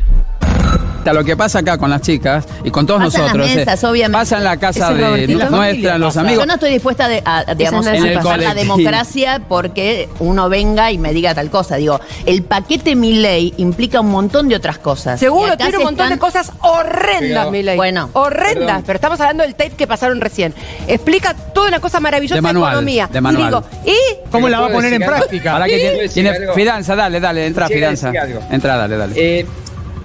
Speaker 7: Está Lo que pasa acá con las chicas y con todos
Speaker 8: Pasa en las
Speaker 7: nosotros.
Speaker 8: mesas, obviamente.
Speaker 7: Pasa en la casa
Speaker 1: Eso es lo
Speaker 7: de
Speaker 1: divertido.
Speaker 7: la nuestra, los amigos.
Speaker 8: Yo no estoy dispuesta de- a, digamos,
Speaker 1: no
Speaker 8: a
Speaker 1: es la
Speaker 8: usar la
Speaker 7: colectivo.
Speaker 8: democracia porque uno venga y me diga tal cosa. Digo, el paquete mi ley implica un montón de otras cosas. Y
Speaker 9: Seguro,
Speaker 8: acá
Speaker 9: tiene
Speaker 8: se
Speaker 9: un montón de
Speaker 8: están-
Speaker 9: cosas horrendas,
Speaker 7: Cuidado.
Speaker 9: Milei.
Speaker 8: Bueno.
Speaker 9: Horrendas,
Speaker 7: Perdón.
Speaker 9: pero estamos hablando del tape que pasaron recién. Explica toda una cosa maravillosa
Speaker 7: De
Speaker 9: de,
Speaker 7: manual,
Speaker 9: economía.
Speaker 7: de manual.
Speaker 9: Y digo, ¿y?
Speaker 10: ¿Cómo la va a poner en práctica?
Speaker 7: Ahora
Speaker 10: ¿Sí?
Speaker 7: que tiene,
Speaker 10: algo?
Speaker 7: Fidanza, dale, dale, entra
Speaker 10: Quiero
Speaker 7: Fidanza.
Speaker 10: decir algo.
Speaker 7: Entra, dale, dale.
Speaker 10: Eh,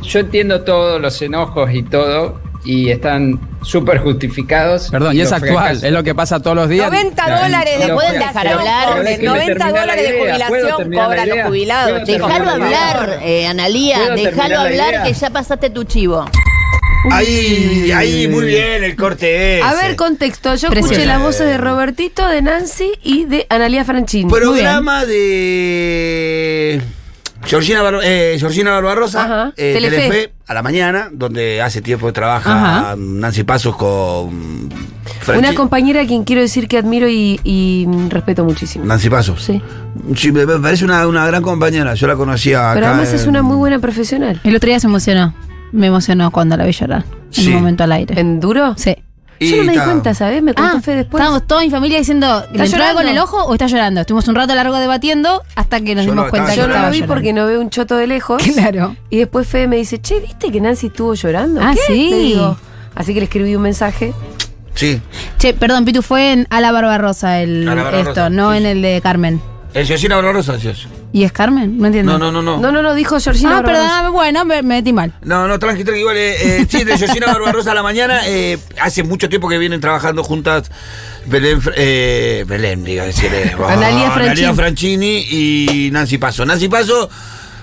Speaker 10: yo entiendo todos los enojos y todo, y están súper justificados.
Speaker 7: Perdón, y es actual, es lo que pasa todos los días.
Speaker 9: 90
Speaker 7: Claro.
Speaker 9: dólares de
Speaker 8: ¿Me pueden
Speaker 9: jubilación.
Speaker 8: dejar hablar?
Speaker 9: cobran,
Speaker 8: Déjenme
Speaker 9: 90
Speaker 10: terminar la
Speaker 9: dólares de
Speaker 10: idea, ¿puedo
Speaker 9: jubilación
Speaker 10: terminar la
Speaker 9: cobran los
Speaker 10: idea?
Speaker 9: jubilados,
Speaker 10: ¿Puedo
Speaker 9: chicos.
Speaker 10: terminar
Speaker 8: Déjalo
Speaker 10: Por favor.
Speaker 8: hablar, eh, Analía,
Speaker 10: ¿Puedo
Speaker 8: déjalo
Speaker 10: terminar la
Speaker 8: hablar
Speaker 10: idea?
Speaker 8: que ya pasaste tu chivo.
Speaker 2: Ahí, ahí, muy bien, el corte ese.
Speaker 6: A ver, contexto. Yo escuché
Speaker 2: Presente.
Speaker 6: la las voz voces de Robert.
Speaker 1: Robertito, de Nancy y de Analia Franchini.
Speaker 2: Programa de Georgina, Bar- eh, Georgina Barbarosa,
Speaker 1: Ajá.
Speaker 2: eh,
Speaker 1: Telefe.
Speaker 2: Telefe. a la mañana, donde hace tiempo que trabaja Nancy Pasos con Franchi-
Speaker 1: Una compañera a quien quiero decir que admiro y, y respeto muchísimo.
Speaker 2: Nancy Pasos.
Speaker 1: Sí.
Speaker 2: Sí, me me parece una, una gran compañera, yo la conocía acá.
Speaker 1: Pero además es
Speaker 2: en-
Speaker 1: una muy buena profesional.
Speaker 6: El otro día se emocionó. Me emocionó cuando la vi llorar. En
Speaker 2: Sí.
Speaker 6: un momento al aire.
Speaker 1: ¿En duro?
Speaker 6: Sí.
Speaker 2: Y
Speaker 1: Yo no me di
Speaker 2: ta-
Speaker 1: cuenta, ¿sabes? Me contó
Speaker 6: Ah,
Speaker 1: Fe después.
Speaker 6: estábamos toda mi familia diciendo, ¿le entró algo en
Speaker 1: llorando?
Speaker 6: el ojo o está llorando? Estuvimos un rato largo debatiendo hasta que nos
Speaker 2: Yo
Speaker 6: dimos
Speaker 2: lo-
Speaker 6: cuenta
Speaker 2: estaba
Speaker 6: que
Speaker 1: Ah, Yo no
Speaker 6: estaba
Speaker 1: lo vi
Speaker 6: llorando.
Speaker 1: porque no veo un choto de lejos.
Speaker 6: Claro.
Speaker 1: Y después Fede me dice, che, ¿viste que Nancy estuvo llorando?
Speaker 6: Ah,
Speaker 1: ¿Qué?".
Speaker 6: sí.
Speaker 1: Le digo. Así que le escribí un mensaje.
Speaker 2: Sí,
Speaker 6: Che, perdón, Pitu, fue en A la Barbarosa el,
Speaker 2: A la Barbarosa,
Speaker 6: esto, no
Speaker 2: sí,
Speaker 6: en
Speaker 2: sí.
Speaker 6: el de Carmen.
Speaker 2: es Eh, Georgina Barbarosa, sí, sí.
Speaker 6: ¿Y es Carmen? No
Speaker 2: No,
Speaker 6: entiendo.
Speaker 2: no, no, no.
Speaker 1: No, no, no, dijo Georgina.
Speaker 6: ah,
Speaker 1: Barbarosa.
Speaker 6: perdóname, bueno, me, me metí mal.
Speaker 2: No, no, tranqui, tranqui, igual. Eh, eh, sí, de Georgina Barbarosa a la mañana. eh, hace mucho tiempo que vienen trabajando juntas Belén, Fr- eh, Belén, diga decir. eh,
Speaker 1: Analía Franchini.
Speaker 2: Franchini y Nancy Paso. Nancy Paso,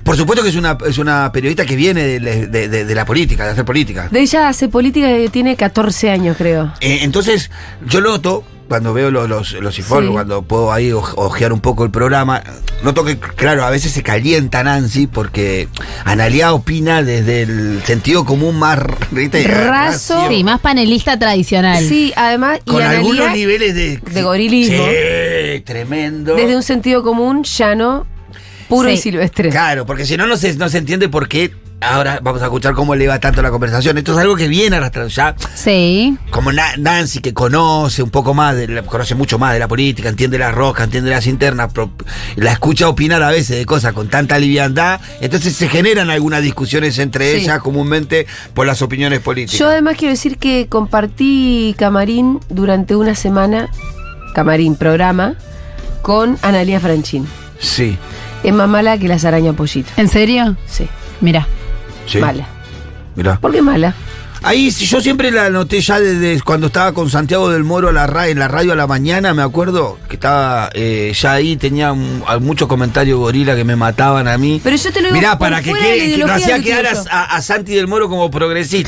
Speaker 2: por supuesto que es una, es una periodista que viene de, de- de- de la política, de hacer política.
Speaker 1: De ella hace política desde que tiene 14 años, creo.
Speaker 2: Eh, entonces, yo noto, cuando veo los, los, los informes,
Speaker 1: Sí.
Speaker 2: cuando puedo ahí oj- ojear un poco el programa, noto que, claro, a veces se calienta Nancy porque Analia opina desde el sentido común más... ¿viste?
Speaker 1: Raso.
Speaker 6: Sí, más panelista tradicional.
Speaker 1: Sí, además, y
Speaker 2: Con algunos
Speaker 1: Analía,
Speaker 2: niveles de...
Speaker 1: de gorilismo.
Speaker 2: Sí, tremendo.
Speaker 1: desde un sentido común, llano, puro
Speaker 6: Sí.
Speaker 1: y silvestre.
Speaker 2: Claro, porque si no, no se, no se entiende por qué ahora vamos a escuchar cómo le va tanto la conversación. Esto es algo que viene arrastrando ya.
Speaker 6: Sí.
Speaker 2: como Na- Nancy, que conoce un poco más, de la- conoce mucho más de la política, entiende las roscas, entiende las internas, pro- la escucha opinar a veces de cosas con tanta liviandad, entonces se generan algunas discusiones entre
Speaker 1: Sí.
Speaker 2: ellas comúnmente por las opiniones políticas.
Speaker 1: Yo además quiero decir que compartí camarín durante una semana, camarín, programa, con Analia Franchín.
Speaker 2: sí,
Speaker 1: Es más mala que las arañas pollito.
Speaker 6: ¿En serio?
Speaker 1: Sí,
Speaker 6: Mira.
Speaker 2: sí.
Speaker 1: mala.
Speaker 2: Mirá.
Speaker 1: ¿Por qué mala?
Speaker 2: Ahí sí, yo siempre la noté ya desde cuando estaba con Santiago del Moro a la ra- en la radio a la mañana, me acuerdo que estaba eh, ya ahí, tenía un- a- muchos comentarios gorila que me mataban a mí.
Speaker 1: Pero yo te lo digo
Speaker 2: Mirá,
Speaker 1: por
Speaker 2: para que,
Speaker 1: fuera de la
Speaker 2: quede- que lo
Speaker 1: ideología
Speaker 2: hacía
Speaker 1: del
Speaker 2: quedar a,
Speaker 1: discurso.
Speaker 2: a- a Santi del Moro como progresista.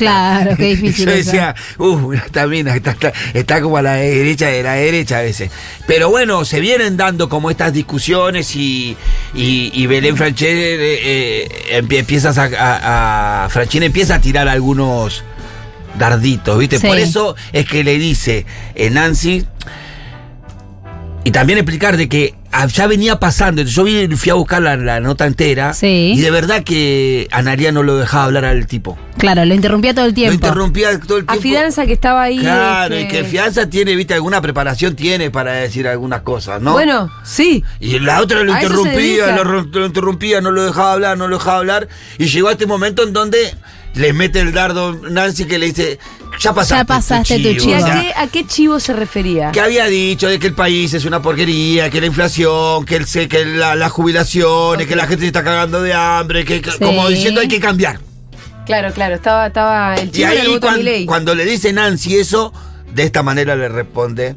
Speaker 6: Claro, qué difícil
Speaker 2: Yo
Speaker 6: eso.
Speaker 2: decía, uh, mirá esta mina, está, está- está como a la derecha de la derecha a veces. Pero bueno, se vienen dando como estas discusiones y, y, y Belén Franchel eh, eh, empie- empiezas a, a- a- Franchella empieza a tirar algunos darditos, ¿viste?
Speaker 6: Sí.
Speaker 2: Por eso es que le dice eh, Nancy, y también explicar de que ah, ya venía pasando. Yo vi- fui a buscar la, la nota entera.
Speaker 6: Sí.
Speaker 2: Y de verdad que Analia no lo dejaba hablar al tipo.
Speaker 6: Claro, lo interrumpía todo el
Speaker 2: Lo
Speaker 6: tiempo.
Speaker 2: interrumpía todo el
Speaker 1: A
Speaker 2: tiempo.
Speaker 1: Fidanza que estaba ahí.
Speaker 2: Claro, y
Speaker 1: este,
Speaker 2: que Fianza tiene, viste, alguna preparación tiene para decir algunas cosas, ¿no?
Speaker 1: Bueno, sí.
Speaker 2: Y la otra lo
Speaker 1: A eso se
Speaker 2: interrumpía,
Speaker 1: dedica.
Speaker 2: lo, ro- lo interrumpía, no lo dejaba hablar, no lo dejaba hablar. Y llegó a este momento en donde le mete el dardo Nancy que le dice, ya pasaste,
Speaker 6: pasaste tu
Speaker 1: ¿Y
Speaker 6: chivo.
Speaker 2: o
Speaker 1: a
Speaker 2: sea,
Speaker 1: qué, a qué chivo se refería?
Speaker 2: que había dicho de que el país es una porquería, que la inflación, que, el, se- que la- las jubilaciones, que la gente se está cagando de hambre, que que-
Speaker 6: Sí.
Speaker 2: como diciendo hay que cambiar.
Speaker 1: Claro, claro, estaba, estaba el
Speaker 2: Y
Speaker 1: chivo era
Speaker 2: ahí
Speaker 1: el voto
Speaker 2: cuan-
Speaker 1: Milei.
Speaker 2: cuando le dice Nancy eso, de esta manera le responde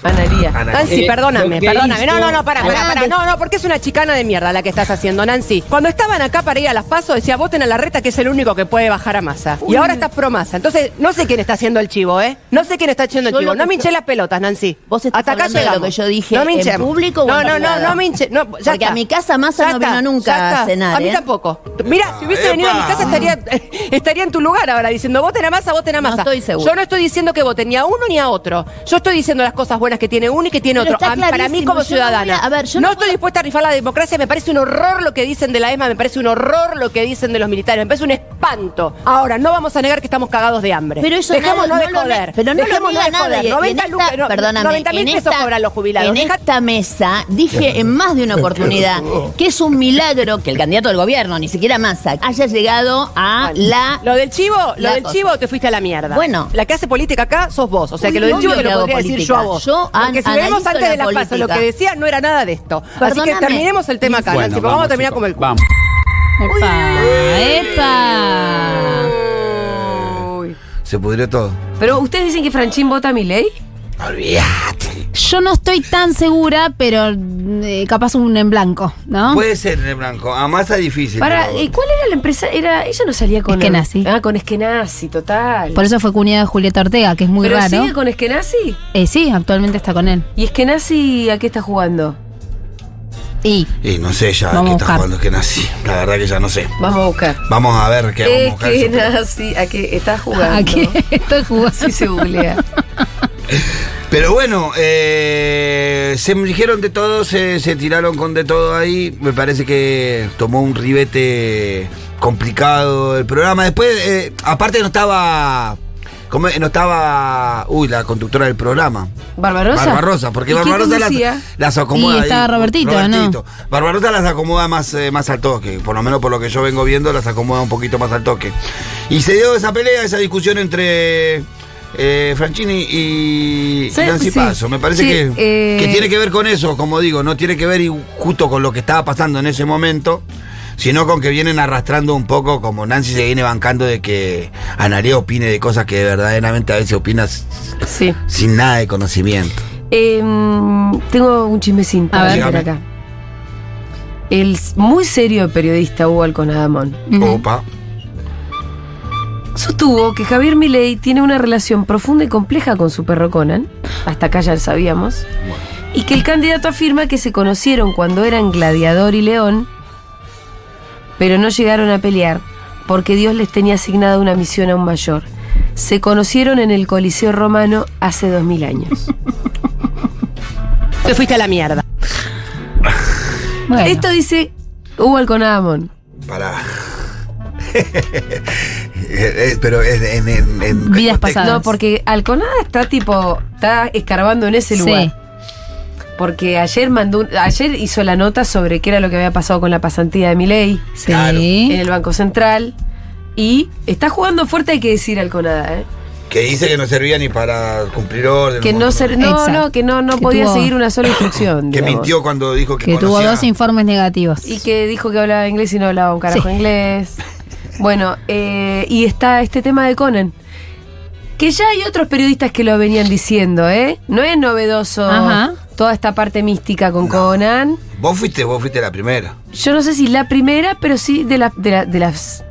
Speaker 1: Analía.
Speaker 9: Nancy,
Speaker 10: Eh,
Speaker 9: perdóname,
Speaker 10: lo que
Speaker 9: perdóname. No,
Speaker 10: hizo-
Speaker 9: no, no, para, para,
Speaker 1: Pará,
Speaker 9: para.
Speaker 1: de-
Speaker 9: No, no, porque es una chicana de mierda la que estás haciendo, Nancy. Cuando estaban acá para ir a las pasos, decía, voten a la reta que es el único que puede bajar a masa. Y ahora estás pro masa. Entonces, no sé quién está haciendo el chivo, ¿eh? No sé quién está haciendo el
Speaker 8: Yo
Speaker 9: chivo.
Speaker 8: lo que-
Speaker 9: No me hinché las pelotas, Nancy.
Speaker 8: Vos estás
Speaker 9: Hasta acá
Speaker 8: hablando de lo
Speaker 9: llegamos.
Speaker 8: que yo dije,
Speaker 9: no me
Speaker 8: ¿en
Speaker 9: hinchemos.
Speaker 8: público o en
Speaker 9: No, no, no,
Speaker 8: privado?
Speaker 9: no me hinché. No, ya
Speaker 8: Porque a
Speaker 9: está.
Speaker 8: mi casa Massa
Speaker 9: Ya
Speaker 8: no
Speaker 9: está,
Speaker 8: vino nunca
Speaker 9: ya
Speaker 8: a
Speaker 9: está.
Speaker 8: cenar,
Speaker 9: A mí
Speaker 8: ¿eh?
Speaker 9: tampoco. Mira, si hubiese venido a mi
Speaker 2: ¡Epa!
Speaker 9: casa estaría, eh, estaría en tu lugar ahora diciendo, voten a masa, voten a
Speaker 8: No
Speaker 9: masa.
Speaker 8: estoy segura.
Speaker 9: Yo no estoy diciendo que voten ni a uno ni a otro. Yo estoy diciendo las cosas buenas que tiene uno y que tiene
Speaker 8: Pero
Speaker 9: otro.
Speaker 8: está
Speaker 9: A- para mí
Speaker 8: clarísimo,
Speaker 9: como
Speaker 8: yo no voy a-
Speaker 9: ciudadana.
Speaker 8: a ver, yo
Speaker 9: no
Speaker 8: no
Speaker 9: estoy dispuesta a rifar la democracia. Me parece un horror lo que dicen de la ESMA, me parece un horror lo que dicen de los militares, me parece un espanto. Ahora, no vamos a negar que estamos cagados de hambre.
Speaker 8: Pero eso
Speaker 9: Dejémonos
Speaker 8: nada-
Speaker 9: de
Speaker 8: no lo
Speaker 9: joder.
Speaker 8: ne- pero no lo
Speaker 9: Dejémonos
Speaker 8: niega
Speaker 9: de joder.
Speaker 8: nadie. Y en
Speaker 9: 90
Speaker 8: esta-
Speaker 9: lucas, no,
Speaker 8: perdóname,
Speaker 9: 90 mil
Speaker 8: en
Speaker 9: pesos
Speaker 8: esta-
Speaker 9: cobran los jubilados.
Speaker 8: En
Speaker 9: Deja-
Speaker 8: esta mesa dije en más de una oportunidad que es un milagro que el candidato del gobierno, ni siquiera Massa, haya llegado a
Speaker 9: Bueno,
Speaker 8: la...
Speaker 9: Lo del chivo, lo
Speaker 8: la
Speaker 9: del
Speaker 8: cosa.
Speaker 9: chivo te fuiste a la mierda.
Speaker 8: Bueno.
Speaker 9: La que hace política acá sos vos. O sea que
Speaker 8: Uy,
Speaker 9: lo del
Speaker 8: obvio
Speaker 9: chivo te
Speaker 8: que
Speaker 9: lo
Speaker 8: hago
Speaker 9: podría decir
Speaker 8: política.
Speaker 9: yo a vos.
Speaker 8: Yo an-
Speaker 9: Porque si vemos
Speaker 8: analizo
Speaker 9: antes
Speaker 8: la
Speaker 9: de las pasas, lo
Speaker 8: política.
Speaker 9: que decía no era nada de esto. Así que
Speaker 8: Perdóname.
Speaker 9: terminemos el tema acá,
Speaker 7: Bueno,
Speaker 9: Nancy, porque vamos a terminar
Speaker 7: chicos,
Speaker 9: como el culo.
Speaker 7: Vamos.
Speaker 6: ¡Epa! ¡Epa!
Speaker 9: Uy.
Speaker 2: Se pudrió todo.
Speaker 1: Pero ustedes dicen que Franchín vota a mi ley.
Speaker 2: Olvídate.
Speaker 6: Yo no estoy tan segura, pero eh, capaz un en blanco, ¿no?
Speaker 2: Ah. Puede ser de blanco. A masa difícil.
Speaker 1: Para,
Speaker 2: pero-
Speaker 1: ¿y cuál era la empresa? Era, ella no salía con
Speaker 6: Eskenazi.
Speaker 1: Ah, con Eskenazi, total.
Speaker 6: Por eso fue cuñada de Julieta Ortega, que es muy
Speaker 1: Pero
Speaker 6: raro.
Speaker 1: sigue con Eskenazi.
Speaker 6: Eh, sí, actualmente está con él.
Speaker 1: ¿Y Eskenazi a qué está jugando?
Speaker 6: Y
Speaker 2: Y no sé ya
Speaker 6: Vamos
Speaker 2: qué
Speaker 6: a
Speaker 2: está
Speaker 6: buscar.
Speaker 2: jugando que nací. La verdad que ya no sé.
Speaker 1: Vamos a buscar.
Speaker 2: Vamos a ver qué vamos a buscar eso, pero-
Speaker 1: Eskenazi, ¿a qué está jugando?
Speaker 6: ¿A qué? Ah, Estoy jugando.
Speaker 1: Sí se googlea.
Speaker 2: Pero bueno, eh, se me dijeron de todo, se, se tiraron con de todo ahí. Me parece que tomó un ribete complicado el programa. Después, eh, aparte no estaba... ¿cómo es? No estaba... Uy, la conductora del programa.
Speaker 1: ¿Barbarosa?
Speaker 2: Barbarosa, porque
Speaker 1: ¿Y quién
Speaker 2: Barbarosa las,
Speaker 1: conducía?
Speaker 2: las acomoda.
Speaker 6: Y estaba
Speaker 2: ahí.
Speaker 6: Robertito, ¿no?
Speaker 2: Barbarosa las acomoda más, eh, más al toque, por lo menos por lo que yo vengo viendo, las acomoda un poquito más al toque. Y se dio esa pelea, esa discusión entre eh, Franchini y
Speaker 1: Sí, pues
Speaker 2: Nancy
Speaker 1: sí.
Speaker 2: Paso. Me parece
Speaker 1: Sí,
Speaker 2: que,
Speaker 1: eh.
Speaker 2: que tiene que ver con eso, como digo, no tiene que ver y- justo con lo que estaba pasando en ese momento. Sino con que vienen arrastrando un poco, como Nancy se viene bancando de que Analia opine de cosas que verdaderamente a veces opinas
Speaker 1: Sí.
Speaker 2: sin nada de conocimiento.
Speaker 1: Eh, tengo un chismecín para
Speaker 2: ver.
Speaker 1: meter
Speaker 2: Dígame.
Speaker 1: acá. El s- muy serio periodista Hugo Alconadamón
Speaker 2: Opa.
Speaker 1: sostuvo que Javier Milei tiene una relación profunda y compleja con su perro Conan, hasta acá ya lo sabíamos, y que el candidato afirma que se conocieron cuando eran Gladiador y León, pero no llegaron a pelear porque Dios les tenía asignada una misión aún mayor. Se conocieron en el Coliseo Romano hace 2000 años.
Speaker 9: Te fuiste a la mierda.
Speaker 6: Bueno,
Speaker 1: Esto dice Hugo Alconadamón.
Speaker 2: Para. Eh, Pero es de- en. en- en-
Speaker 6: Vidas
Speaker 2: contexto.
Speaker 6: pasadas.
Speaker 1: No, porque Alconada está tipo, está escarbando en ese
Speaker 6: Sí.
Speaker 1: lugar. Porque ayer mandó, un- ayer hizo la nota sobre qué era lo que había pasado con la pasantía de Milei
Speaker 6: sí.
Speaker 2: Claro.
Speaker 1: en el Banco Central y está jugando fuerte, hay que decir Alconada, ¿eh?
Speaker 2: Que dice que no servía ni para cumplir orden.
Speaker 1: que no ser- no,
Speaker 6: Exacto.
Speaker 1: no, que no, no
Speaker 6: Que
Speaker 1: podía
Speaker 6: tuvo-
Speaker 1: seguir una sola instrucción.
Speaker 2: Que
Speaker 1: digamos.
Speaker 2: mintió cuando dijo que.
Speaker 6: Que tuvo
Speaker 2: conocía-
Speaker 6: dos informes negativos.
Speaker 1: Y que dijo que hablaba inglés y no hablaba un carajo
Speaker 6: Sí.
Speaker 1: inglés. Bueno, eh, y está este tema de Conan. Que ya hay otros periodistas que lo venían diciendo, ¿eh? No es novedoso
Speaker 6: Ajá.
Speaker 1: toda esta parte mística con
Speaker 2: No.
Speaker 1: Conan.
Speaker 2: Vos fuiste, vos fuiste la primera.
Speaker 1: Yo no sé si la primera, pero sí de, la- de, la- de las.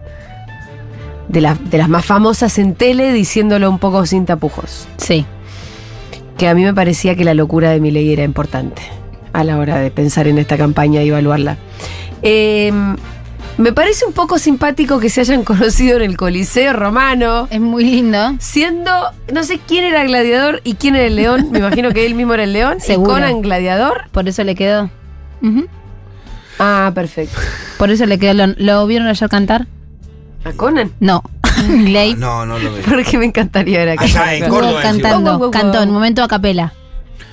Speaker 1: De, la- de las más famosas en tele diciéndolo un poco sin tapujos.
Speaker 6: Sí.
Speaker 1: Que a mí me parecía que la locura de mi ley era importante a la hora de pensar en esta campaña y evaluarla. Eh, me parece un poco simpático que se hayan conocido en el Coliseo Romano,
Speaker 6: Es muy lindo.
Speaker 1: siendo, no sé quién era gladiador y quién era el león, me imagino que él mismo era el león,
Speaker 6: Seguro.
Speaker 1: y Conan gladiador.
Speaker 6: Por eso le quedó. Ujú.
Speaker 1: Ah, perfecto.
Speaker 6: Por eso le quedó. ¿Lo, lo vieron ayer cantar?
Speaker 1: ¿A Conan?
Speaker 6: No. Ley.
Speaker 2: No, no lo vi.
Speaker 1: Porque me encantaría ver acá.
Speaker 2: Allá en
Speaker 6: Estuvo
Speaker 2: Córdoba. encima.
Speaker 6: cantando.
Speaker 1: Wow, wow, wow.
Speaker 6: Cantó en un momento a capela.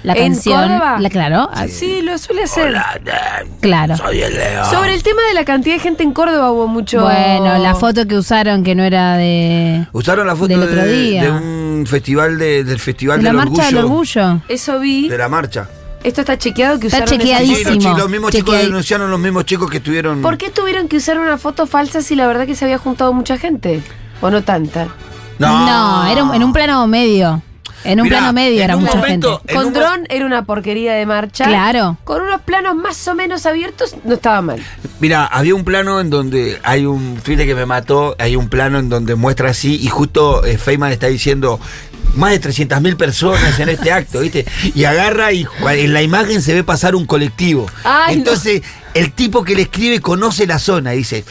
Speaker 6: La
Speaker 1: ¿En
Speaker 6: canción.
Speaker 1: Córdoba?
Speaker 6: La, claro. ah,
Speaker 1: Sí, lo suele hacer.
Speaker 2: Hola, Dan,
Speaker 6: Claro.
Speaker 2: Soy el león.
Speaker 1: Sobre el tema de la cantidad de gente en Córdoba hubo mucho.
Speaker 6: Bueno, la foto que usaron que no era de.
Speaker 2: Usaron la foto
Speaker 6: Del otro
Speaker 2: de,
Speaker 6: día.
Speaker 2: de un festival de- del Festival
Speaker 6: de la
Speaker 2: del
Speaker 6: marcha del
Speaker 2: orgullo.
Speaker 6: orgullo.
Speaker 1: Eso vi.
Speaker 2: De la marcha.
Speaker 1: Esto está chequeado que
Speaker 6: Está
Speaker 1: usaron. esa-
Speaker 6: chequeadísimo.
Speaker 2: Sí, los, chi- los mismos chicos
Speaker 6: Chequeadi-
Speaker 2: denunciaron los mismos chicos que estuvieron.
Speaker 1: ¿Por qué tuvieron que usar una foto falsa si la verdad que se había juntado mucha gente? ¿O no tanta?
Speaker 6: era un- en un plano medio. En un plano medio era mucha gente.
Speaker 1: Con dron era una porquería de marcha.
Speaker 6: Claro.
Speaker 1: Con unos planos más o menos abiertos no estaba mal.
Speaker 2: Mira, había un plano en donde hay un Twitter que me mató, hay un plano en donde muestra así y justo eh, Feynman está diciendo más de 300.000 personas en este acto, ¿viste? Y agarra y ju- en la imagen se ve pasar un colectivo.
Speaker 1: Ay, no.
Speaker 2: Entonces, el tipo que le escribe conoce la zona, y dice,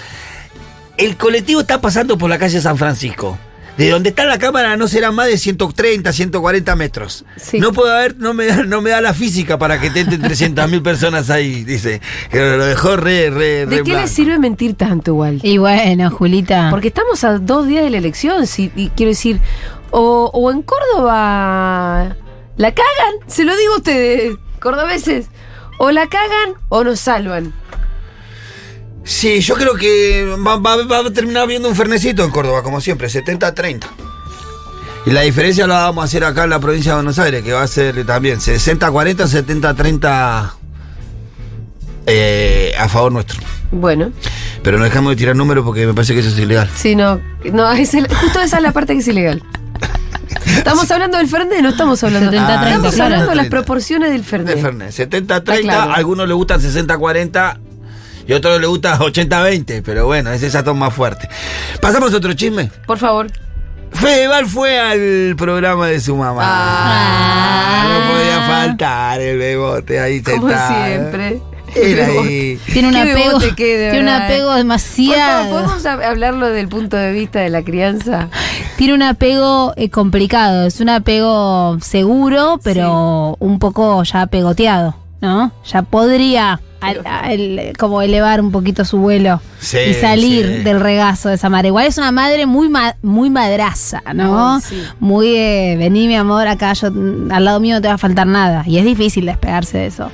Speaker 2: el colectivo está pasando por la calle San Francisco. De donde está la cámara no serán más de 130, 140 metros.
Speaker 1: Sí.
Speaker 2: No puedo haber, no me, da- no me da la física para que te entren 300.000 personas ahí, dice. Pero Lo dejó re, re,
Speaker 1: ¿De
Speaker 2: re
Speaker 1: qué
Speaker 2: blanco.
Speaker 1: le sirve mentir tanto igual?
Speaker 6: Y bueno, Julita.
Speaker 1: Porque estamos a dos días de la elección, si, y quiero decir, o, o en Córdoba la cagan, se lo digo a ustedes, cordobeses, o la cagan o nos salvan.
Speaker 2: Sí, yo creo que va, va- va a terminar viendo un fernecito en Córdoba, como siempre, 70-30. Y la diferencia la vamos a hacer acá en la provincia de Buenos Aires, que va a ser también 60-40, 70-30 eh, a favor nuestro.
Speaker 1: Bueno,
Speaker 2: Pero no dejamos de tirar números porque me parece que eso es ilegal.
Speaker 1: si no, no es el- justo esa es la parte que es ilegal. Estamos hablando del Fernet, no estamos hablando
Speaker 6: 70-30,
Speaker 1: Estamos
Speaker 6: claro.
Speaker 1: hablando de las proporciones del Fernet.
Speaker 2: De Fernet,
Speaker 1: Está
Speaker 2: 70-30,
Speaker 1: Ah, claro.
Speaker 2: a algunos le gustan 60-40 y a otros le gustan 80-20, pero bueno, ese es toma más fuerte. Pasamos a otro chisme.
Speaker 1: Por favor.
Speaker 2: Fedeval fue al programa de su mamá.
Speaker 1: Ah.
Speaker 2: No podía faltar el bebote ahí
Speaker 1: Como
Speaker 2: sentado.
Speaker 1: siempre.
Speaker 2: Era ahí.
Speaker 6: Tiene un
Speaker 1: Qué
Speaker 6: apego.
Speaker 1: bebote que, de
Speaker 6: Tiene un
Speaker 1: verdad,
Speaker 6: apego
Speaker 1: Por favor,
Speaker 6: demasiado.
Speaker 1: ¿podemos hab- hablarlo del punto de vista de la crianza?
Speaker 6: Tiene un apego eh, complicado. Es un apego seguro, pero un poco ya pegoteado, ¿no? Ya podría al- al- como elevar un poquito su vuelo
Speaker 2: Sí,
Speaker 6: y salir
Speaker 2: sí.
Speaker 6: del regazo de esa madre. Igual es una madre muy ma- muy madraza, ¿no?
Speaker 1: Ay, sí.
Speaker 6: Muy de, vení mi amor acá, yo mm, al lado mío no te va a faltar nada. Y es difícil despegarse de eso.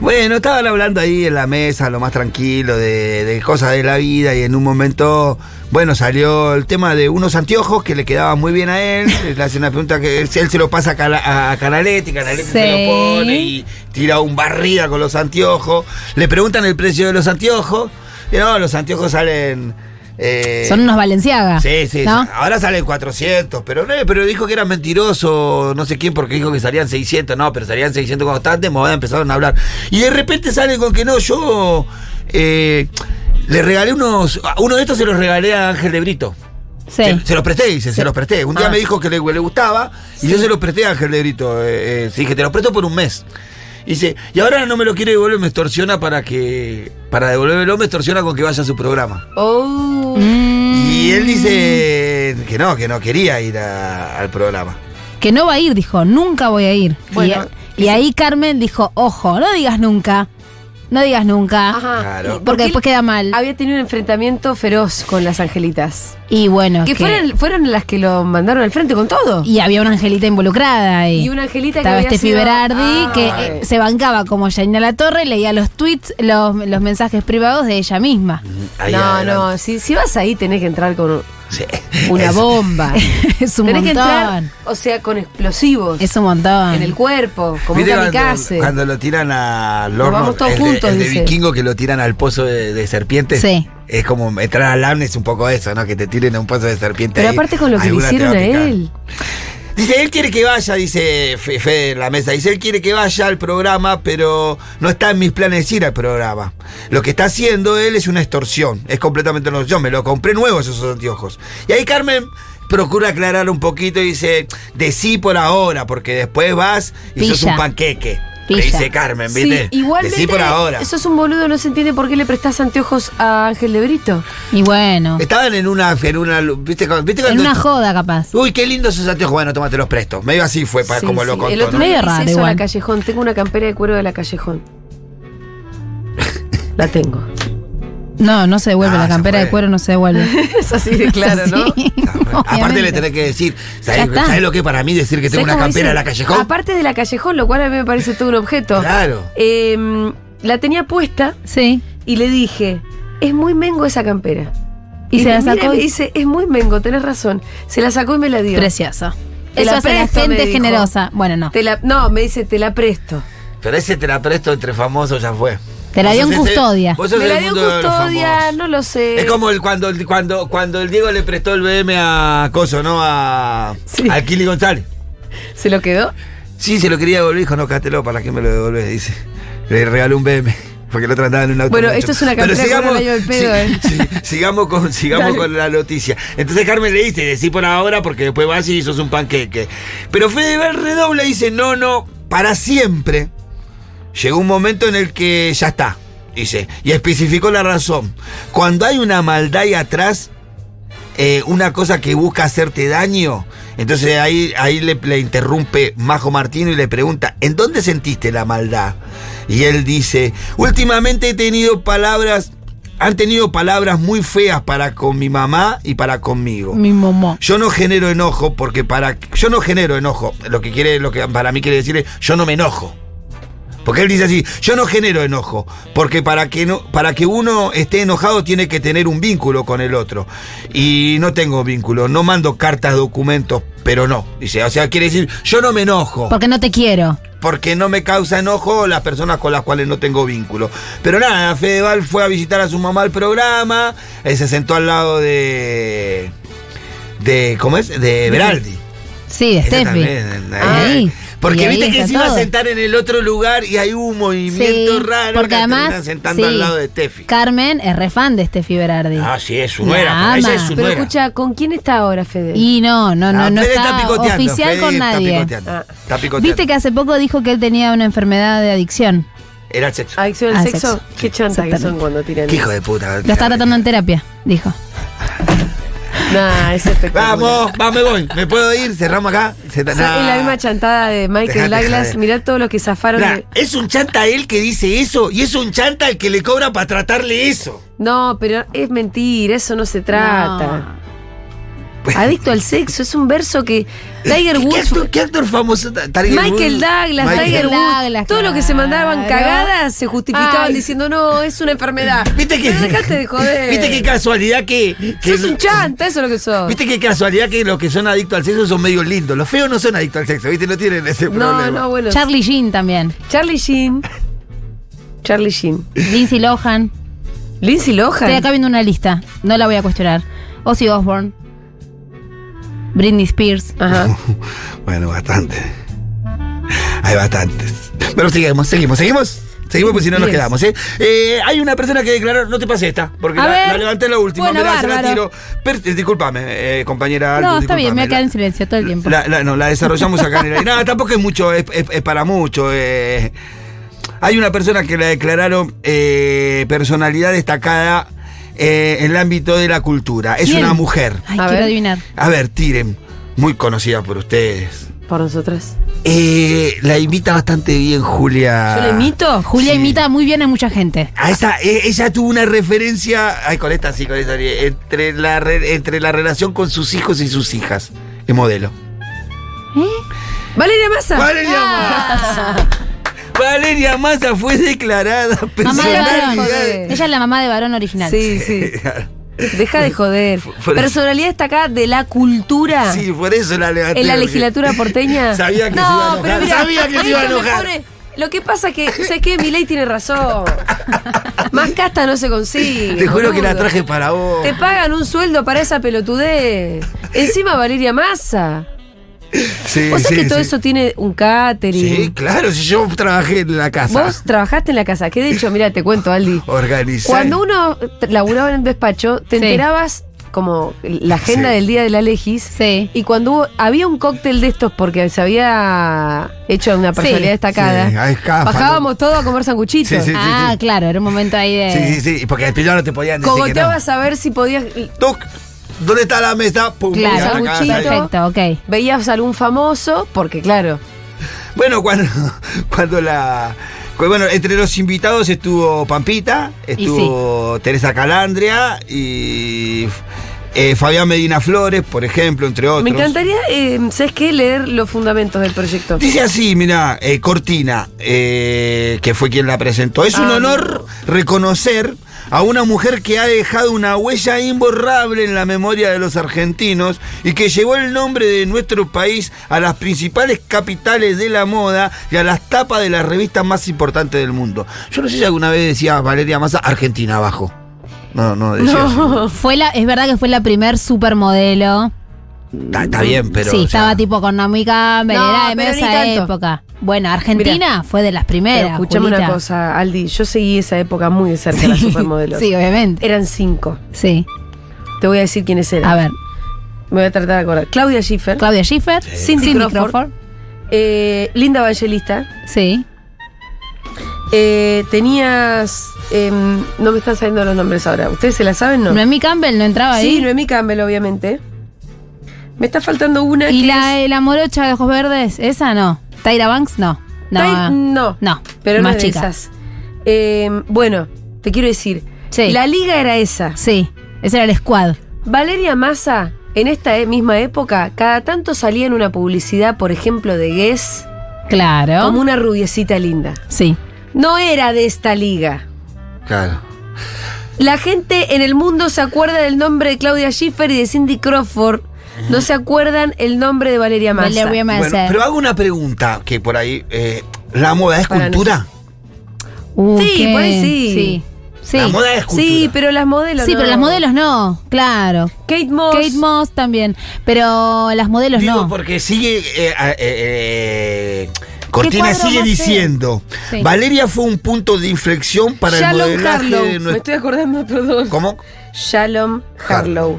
Speaker 2: Bueno, estaban hablando ahí en la mesa, lo más tranquilo, de, de cosas de la vida, y en un momento, bueno, salió el tema de unos anteojos que le quedaban muy bien a él. Le hacen una pregunta que él, él se lo pasa a, Cala- a Canaletti, Canaletti
Speaker 6: Sí.
Speaker 2: se lo pone y tira un barrida con los anteojos. Le preguntan el precio de los anteojos. Y no, los anteojos salen. eh,
Speaker 6: Son unos valenciaga.
Speaker 2: Sí, sí,
Speaker 6: Ah, ¿no?
Speaker 2: sí. ahora salen 400, pero no, pero dijo que era mentiroso, no sé quién, porque dijo que salían 600, no, pero salían 600 constantes, moda empezaron a hablar. Y de repente salen con que no, yo eh, le regalé unos, a uno de estos se los regalé a Ángel de Brito.
Speaker 6: Sí. Ah.
Speaker 2: Se, se los presté, dice, se los presté. Un día me dijo que le, le gustaba y yo se los presté a Ángel de Brito. eh, eh, sí, dije, te los presto por un mes. Dice, y ahora no me lo quiere devolver, me extorsiona para que, para devolverlo, me extorsiona con que vaya a su programa.
Speaker 1: Oh.
Speaker 6: Mm.
Speaker 2: Y él dice que no, que no quería ir a- al programa.
Speaker 6: que no va a ir, dijo, nunca voy a ir.
Speaker 1: Bueno,
Speaker 6: y, y ahí Carmen dijo, ojo, no digas nunca, no digas nunca,
Speaker 1: Ajá.
Speaker 2: Claro.
Speaker 6: porque después queda mal.
Speaker 1: Había tenido un enfrentamiento feroz con las angelitas.
Speaker 6: Y bueno,
Speaker 1: Que
Speaker 6: que-
Speaker 1: fueron, fueron las que lo mandaron al frente con todo.
Speaker 6: y había una angelita involucrada ahí.
Speaker 1: Y una angelita
Speaker 6: Estaba
Speaker 1: que había
Speaker 6: Steffi
Speaker 1: sido-
Speaker 6: Berardi,
Speaker 1: Ah.
Speaker 6: que eh, se bancaba como Janina La Torre, leía los tweets, los, los mensajes privados de ella misma.
Speaker 2: Ahí
Speaker 1: no,
Speaker 2: adelante.
Speaker 1: no, si, si vas ahí tenés que entrar con
Speaker 2: Sí.
Speaker 1: una
Speaker 2: Es-
Speaker 1: bomba.
Speaker 6: es un
Speaker 1: tenés que entrar,
Speaker 6: montón.
Speaker 1: o sea, con explosivos
Speaker 6: Es un montón.
Speaker 1: en el cuerpo, como un
Speaker 2: ¿Viste cuando,
Speaker 1: kamikaze.
Speaker 2: cuando lo tiran al
Speaker 1: Nos
Speaker 2: horno,
Speaker 1: vamos todos
Speaker 2: el, de-
Speaker 1: juntos,
Speaker 2: el de
Speaker 1: dice.
Speaker 2: vikingo que lo tiran al pozo de, de serpientes?
Speaker 6: Sí.
Speaker 2: Es como entrar al AMNE es un poco eso, ¿no? Que te tiren a un pozo de serpiente.
Speaker 1: Pero
Speaker 2: ahí,
Speaker 1: aparte con lo que le
Speaker 2: alguna te va
Speaker 1: hicieron a
Speaker 2: picar.
Speaker 1: él.
Speaker 2: Dice, él quiere que vaya, dice Fe- Fede en la mesa. Dice, él quiere que vaya al programa, pero no está en mis planes ir al programa. Lo que está haciendo él es una extorsión. Es completamente no. Yo me lo compré nuevo esos anteojos. Y ahí Carmen procura aclarar un poquito y dice, decí por ahora, porque después vas y sos
Speaker 6: Pilla.
Speaker 2: un panqueque. Le
Speaker 6: Pilla.
Speaker 2: dice Carmen, ¿viste?
Speaker 1: Sí, igualmente,
Speaker 2: decí por ahora.
Speaker 1: Eso es un boludo, no se entiende por qué le prestás anteojos a Ángel de Brito.
Speaker 6: Y bueno,
Speaker 2: Estaban en una, en una, ¿viste? cuando- ¿viste
Speaker 6: en
Speaker 2: cuando-
Speaker 6: una joda capaz.
Speaker 2: Uy, qué lindo esos anteojos. Bueno, toma, te los presto. Medio así fue, Eh, pa-
Speaker 1: Sí,
Speaker 2: como lo
Speaker 1: sí.
Speaker 2: contó.
Speaker 1: El otro
Speaker 2: ¿no?
Speaker 6: Medio
Speaker 1: día hice eso
Speaker 6: raro
Speaker 1: a la
Speaker 6: igual.
Speaker 1: Callejón. Tengo una campera de cuero de la Callejón. La tengo.
Speaker 6: No, no se devuelve,
Speaker 2: Ah,
Speaker 6: la
Speaker 2: se
Speaker 6: campera
Speaker 2: fue.
Speaker 6: de cuero no se devuelve.
Speaker 1: Es así de claro, ¿no?
Speaker 6: Sí,
Speaker 2: Aparte le
Speaker 6: obviamente.
Speaker 2: tenés que decir,
Speaker 6: Ya
Speaker 2: ¿sabés,
Speaker 6: está.
Speaker 2: sabés lo que es para mí decir que tengo
Speaker 1: ¿Sabés
Speaker 2: una
Speaker 1: cómo
Speaker 2: campera
Speaker 1: dice?
Speaker 2: en la callejón?
Speaker 1: Aparte de la Callejón, lo cual a mí me parece todo un objeto.
Speaker 2: Claro.
Speaker 1: Eh, la tenía puesta
Speaker 6: Sí.
Speaker 1: y le dije, es muy mengo esa campera.
Speaker 6: Y se
Speaker 1: me
Speaker 6: la
Speaker 1: mira
Speaker 6: sacó
Speaker 1: me
Speaker 6: y-
Speaker 1: dice, es muy mengo, tenés razón. Se la sacó y me la dio.
Speaker 6: Preciosa.
Speaker 1: Te
Speaker 6: Eso
Speaker 1: la
Speaker 6: hace la
Speaker 1: presto, me
Speaker 6: gente
Speaker 1: dijo.
Speaker 6: generosa. Bueno, no.
Speaker 1: Te la- no, me dice, te la presto.
Speaker 2: Pero ese te la presto entre famosos ya fue.
Speaker 6: Te la
Speaker 2: Vos
Speaker 6: dio en
Speaker 2: sos ese-
Speaker 6: custodia.
Speaker 2: vos sos
Speaker 1: Me la
Speaker 2: del
Speaker 1: dio
Speaker 2: mundo de los
Speaker 1: custodia,
Speaker 2: famosos.
Speaker 1: no lo sé.
Speaker 2: Es como el, cuando, el- cuando, cuando el Diego le prestó el BM a Coso, ¿no? A,
Speaker 1: Sí.
Speaker 2: a Kili González.
Speaker 1: ¿Se lo quedó?
Speaker 2: Sí, se lo quería devolver, dijo, no, cátelo, ¿para qué me lo devolvés? Dice, le regaló un BM. Porque lo trataban en un auto.
Speaker 1: Bueno,
Speaker 2: mancho.
Speaker 1: esto es una
Speaker 2: Pero
Speaker 1: cartera con
Speaker 2: sigamos-
Speaker 1: el año del pedo, ¿eh?
Speaker 2: sí, sigamos con, sigamos
Speaker 1: Dale.
Speaker 2: con la noticia. Entonces Carmen le dice, decí por ahora porque después vas y sos un panqueque. Pero Fede redobla y dice, no, no, para siempre. Llegó un momento en el que ya está, dice. Y especificó la razón. Cuando hay una maldad ahí atrás, eh, una cosa que busca hacerte daño, entonces ahí, ahí le, le interrumpe Majo Martino y le pregunta, ¿en dónde sentiste la maldad? Y él dice, últimamente he tenido palabras, han tenido palabras muy feas para con mi mamá y para conmigo.
Speaker 6: Mi mamá.
Speaker 2: Yo no genero enojo porque para yo no genero enojo. Lo que quiere, lo que para mí quiere decir es yo no me enojo. Porque él dice así, yo no genero enojo, porque para que no, para que uno esté enojado tiene que tener un vínculo con el otro. Y no tengo vínculo, no mando cartas, documentos, pero no. Dice, o sea, quiere decir, yo no me enojo
Speaker 6: Porque no te quiero.
Speaker 2: porque no me causa enojo las personas con las cuales no tengo vínculo. Pero nada, Fedeval fue a visitar a su mamá al programa, eh, se sentó al lado de. de ¿Cómo es? De Beraldi.
Speaker 6: Sí, de
Speaker 2: Esa
Speaker 6: Steffi.
Speaker 2: también,
Speaker 6: Ahí.
Speaker 2: eh, Porque
Speaker 6: Y
Speaker 2: viste
Speaker 6: ahí
Speaker 2: que
Speaker 6: está
Speaker 2: se iba a
Speaker 6: todo.
Speaker 2: sentar en el otro lugar y hay un movimiento
Speaker 6: Sí,
Speaker 2: raro.
Speaker 6: porque
Speaker 2: la
Speaker 6: además,
Speaker 2: terminan sentando
Speaker 6: sí.
Speaker 2: al lado de Steffi.
Speaker 6: Carmen es re fan de Steffi Berardi.
Speaker 2: Ah, sí, es su
Speaker 6: La
Speaker 2: nuera. Ella es
Speaker 6: ama.
Speaker 2: su
Speaker 1: Pero
Speaker 2: nuera.
Speaker 1: escucha, ¿con quién está ahora, Fede?
Speaker 6: Y no, no, no,
Speaker 2: Ah,
Speaker 6: no
Speaker 2: Fede
Speaker 6: está,
Speaker 2: picoteando,
Speaker 6: oficial
Speaker 2: Fede
Speaker 6: con nadie.
Speaker 2: Está picoteando. Está picoteando.
Speaker 6: Viste que hace poco dijo que él tenía una enfermedad de adicción.
Speaker 2: Era el sexo.
Speaker 1: Adicción al
Speaker 6: Ah,
Speaker 1: sexo.
Speaker 6: sexo.
Speaker 1: Qué chanta que son cuando tiran.
Speaker 2: Qué hijo de puta.
Speaker 6: Lo está tratando en terapia, dijo.
Speaker 1: Nah, es espectacular.
Speaker 2: Vamos, va, me voy. ¿Me puedo ir? Cerramos acá. Se-
Speaker 1: O sea,
Speaker 2: nah.
Speaker 1: es la misma chantada de Michael
Speaker 2: Dejate
Speaker 1: Douglas.
Speaker 2: joder.
Speaker 1: Mirá todos los que zafaron.
Speaker 2: Nah,
Speaker 1: de-
Speaker 2: es un chanta él que dice eso y es un chanta el que le cobra para tratarle eso.
Speaker 1: No, pero es mentira, eso no se trata. Adicto al sexo, es un verso que Tiger
Speaker 2: ¿Qué,
Speaker 1: Woods,
Speaker 2: actor, qué actor famoso? Ta- Tiger
Speaker 1: Michael
Speaker 2: Woods.
Speaker 1: Douglas,
Speaker 2: Michael-
Speaker 1: Tiger Woods,
Speaker 6: Douglas,
Speaker 1: todos los que se mandaban
Speaker 6: claro.
Speaker 1: cagadas se justificaban
Speaker 6: Ay.
Speaker 1: diciendo, no, es una enfermedad.
Speaker 2: ¿Viste que,
Speaker 1: Pero dejate de joder.
Speaker 2: ¿Viste qué casualidad que, que-
Speaker 1: Sos un chanta, eso es lo que sos.
Speaker 2: ¿Viste qué casualidad que los que son adictos al sexo son medio lindos? Los feos no son adictos al sexo, ¿viste? No tienen ese
Speaker 1: no,
Speaker 2: problema.
Speaker 1: no, bueno.
Speaker 6: Charlie Sheen también.
Speaker 1: Charlie Sheen. Charlie Sheen.
Speaker 6: Lindsay Lohan.
Speaker 1: Lindsay Lohan.
Speaker 6: Estoy acá viendo una lista. No la voy a cuestionar. Ozzy Osbourne. Britney Spears.
Speaker 1: Ajá.
Speaker 2: Bueno, bastante. Hay bastantes. Pero seguimos, seguimos, seguimos. Seguimos porque si no nos
Speaker 1: Yes.
Speaker 2: quedamos, ¿eh? Eh, Hay una persona que declaró, no te pase esta, porque
Speaker 6: A
Speaker 2: la,
Speaker 6: ver.
Speaker 2: la levanté en la última,
Speaker 6: Bueno,
Speaker 2: mirá, se la
Speaker 6: bárbaro.
Speaker 2: tiro. Per- eh, discúlpame, eh, compañera Aldo,
Speaker 6: No, está bien, me voy a
Speaker 2: discúlpame.
Speaker 6: quedar en silencio todo el tiempo.
Speaker 2: La, la- no, la desarrollamos acá en el aire. Nada, tampoco es mucho, es, es- es para mucho. eh. Hay una persona que la declararon eh, personalidad destacada eh, en el ámbito de la cultura. Es
Speaker 6: ¿Quién?
Speaker 2: una mujer.
Speaker 6: Ay,
Speaker 1: A
Speaker 6: quiero
Speaker 1: ver.
Speaker 6: adivinar.
Speaker 2: A ver, tiren. Muy conocida por ustedes.
Speaker 1: Por nosotras.
Speaker 2: Eh, la imita bastante bien, Julia.
Speaker 1: ¿Yo le imito?
Speaker 6: Julia
Speaker 2: Ah, Sí.
Speaker 6: imita muy bien a mucha gente.
Speaker 2: A esa, e- ella tuvo una referencia. Ay, con esta sí, con esta sí, Entre la, re- entre la relación con sus hijos y sus hijas. El modelo.
Speaker 1: Valeria Massa.
Speaker 2: Valeria
Speaker 1: Ah.
Speaker 2: Massa. Valeria Massa fue declarada
Speaker 6: Mamá de varón.
Speaker 2: personalidad.
Speaker 6: Ella es la mamá de varón original.
Speaker 1: Sí, sí. Deja de joder.
Speaker 2: fuera-
Speaker 1: Personalidad destacada de la cultura.
Speaker 2: Sí, por eso la levanté.
Speaker 1: En la
Speaker 2: porque-
Speaker 1: legislatura porteña.
Speaker 2: Sabía que
Speaker 1: no,
Speaker 2: se iba a enojar.
Speaker 1: pero mira,
Speaker 2: Sabía que se iba a
Speaker 1: mí no me
Speaker 2: enojar.
Speaker 1: pone- Lo que pasa es que, ¿sabes qué? Milei tiene razón. Más casta no se consigue.
Speaker 2: Te juro que la
Speaker 1: boludo.
Speaker 2: traje para vos.
Speaker 1: Te pagan un sueldo para esa pelotudez. Encima Valeria Massa.
Speaker 2: Sí,
Speaker 1: ¿Vos
Speaker 2: sí,
Speaker 1: sabés que todo
Speaker 2: sí.
Speaker 1: eso tiene un catering?
Speaker 2: Sí, claro, si yo trabajé en la casa.
Speaker 1: Vos trabajaste en la casa, que de hecho, mira, te cuento, Aldi.
Speaker 2: Organizé.
Speaker 1: Cuando uno laburaba en el despacho, te
Speaker 6: Sí.
Speaker 1: enterabas como la agenda
Speaker 2: Sí.
Speaker 1: del día de la legis.
Speaker 6: Sí.
Speaker 1: Y cuando hubo- había un cóctel de estos porque se había hecho una personalidad
Speaker 6: Sí.
Speaker 1: destacada,
Speaker 2: Sí, a escáfalo.
Speaker 1: bajábamos todo a comer sanguchitos.
Speaker 2: Sí, sí.
Speaker 6: Ah, claro, era un momento ahí de.
Speaker 2: Sí, sí, sí, porque al principio no te podían decir que no.
Speaker 1: Cogoteabas a ver si podías.
Speaker 2: Toc, ¿Dónde está la mesa? Pum,
Speaker 6: Claro,
Speaker 2: y atacás ahí.
Speaker 6: perfecto, ok.
Speaker 1: Veías algún famoso, porque claro.
Speaker 2: Bueno, cuando, cuando la. cu- Bueno, entre los invitados estuvo Pampita, estuvo Teresa Calandria y eh, Fabián Medina Flores, por ejemplo, entre otros.
Speaker 1: Me encantaría, eh, ¿sabes qué? Leer los fundamentos del proyecto.
Speaker 2: Dice así, mira, Cortina, eh, que fue quien la presentó. Es un
Speaker 1: Ah.
Speaker 2: honor reconocer a una mujer que ha dejado una huella imborrable en la memoria de los argentinos y que llevó el nombre de nuestro país a las principales capitales de la moda y a las tapas de las revistas más importantes del mundo. Yo no sé si alguna vez decía Valeria Massa, Argentina abajo. No, no, decía así.
Speaker 6: Fue la, es verdad que fue la primer supermodelo
Speaker 2: Está, está bien, pero.
Speaker 6: sí,
Speaker 2: o sea,
Speaker 6: estaba tipo con Naomi Campbell,
Speaker 1: No,
Speaker 6: era de
Speaker 1: pero
Speaker 6: medio
Speaker 1: ni
Speaker 6: esa
Speaker 1: tanto.
Speaker 6: época. Bueno, Argentina fue de las
Speaker 1: Pero
Speaker 6: primeras.
Speaker 1: escuchame
Speaker 6: Julita.
Speaker 1: una cosa, Aldi. Yo seguí esa época muy de cerca, las supermodelos.
Speaker 6: Sí, obviamente.
Speaker 1: Eran cinco.
Speaker 6: Sí.
Speaker 1: Te voy a decir quiénes eran.
Speaker 6: A ver,
Speaker 1: Me voy a tratar de acordar. Claudia Schiffer.
Speaker 6: Claudia Schiffer,
Speaker 1: Cindy,
Speaker 6: Cindy
Speaker 1: Crawford.
Speaker 6: Crawford.
Speaker 1: eh, Linda Evangelista.
Speaker 6: Sí.
Speaker 1: eh, tenías. em, no me están saliendo los nombres ahora. ¿Ustedes se la saben, no?
Speaker 6: Noemí Campbell no entraba ahí.
Speaker 1: Sí, Noemí Campbell, obviamente. Me está faltando una
Speaker 6: ¿Y
Speaker 1: que
Speaker 6: la,
Speaker 1: es-
Speaker 6: la morocha de ojos verdes? ¿Esa no? ¿Tyra Banks? No. No.
Speaker 1: Tai- no,
Speaker 6: no.
Speaker 1: pero
Speaker 6: más
Speaker 1: no es de
Speaker 6: chica.
Speaker 1: esas. Em, bueno, te quiero decir.
Speaker 6: Sí.
Speaker 1: La liga era esa.
Speaker 6: Sí. Ese era el squad.
Speaker 1: Valeria Massa, en esta eh, misma época, cada tanto salía en una publicidad, por ejemplo, de Guess,
Speaker 6: Claro.
Speaker 1: como una rubiecita linda.
Speaker 6: Sí.
Speaker 1: No era de esta liga.
Speaker 2: Claro.
Speaker 1: La gente en el mundo se acuerda del nombre de Claudia Schiffer y de Cindy Crawford. No se acuerdan el nombre de Valeria Massa.
Speaker 6: Valeria Massa.
Speaker 2: Bueno, pero hago una pregunta que por ahí. eh, ¿La moda es
Speaker 1: Para
Speaker 2: cultura?
Speaker 6: Uh,
Speaker 1: Sí,
Speaker 6: qué-
Speaker 1: por ahí sí.
Speaker 6: Sí. Sí.
Speaker 2: La moda es cultura.
Speaker 1: Sí, pero las modelos
Speaker 6: Sí,
Speaker 1: no.
Speaker 6: pero las modelos no, claro.
Speaker 1: Kate Moss.
Speaker 6: Kate Moss también, pero las modelos
Speaker 2: Digo,
Speaker 6: no.
Speaker 2: porque sigue. eh, eh, eh, Cortina
Speaker 1: cuadro
Speaker 2: sigue
Speaker 1: más
Speaker 2: diciendo.
Speaker 6: Sí.
Speaker 2: Valeria fue un punto de inflexión para el
Speaker 1: Shalom
Speaker 2: modelaje
Speaker 1: Harlow.
Speaker 2: de
Speaker 1: Me
Speaker 2: nuestro.
Speaker 1: estoy acordando, perdón.
Speaker 2: ¿Cómo?
Speaker 1: Shalom Harlow.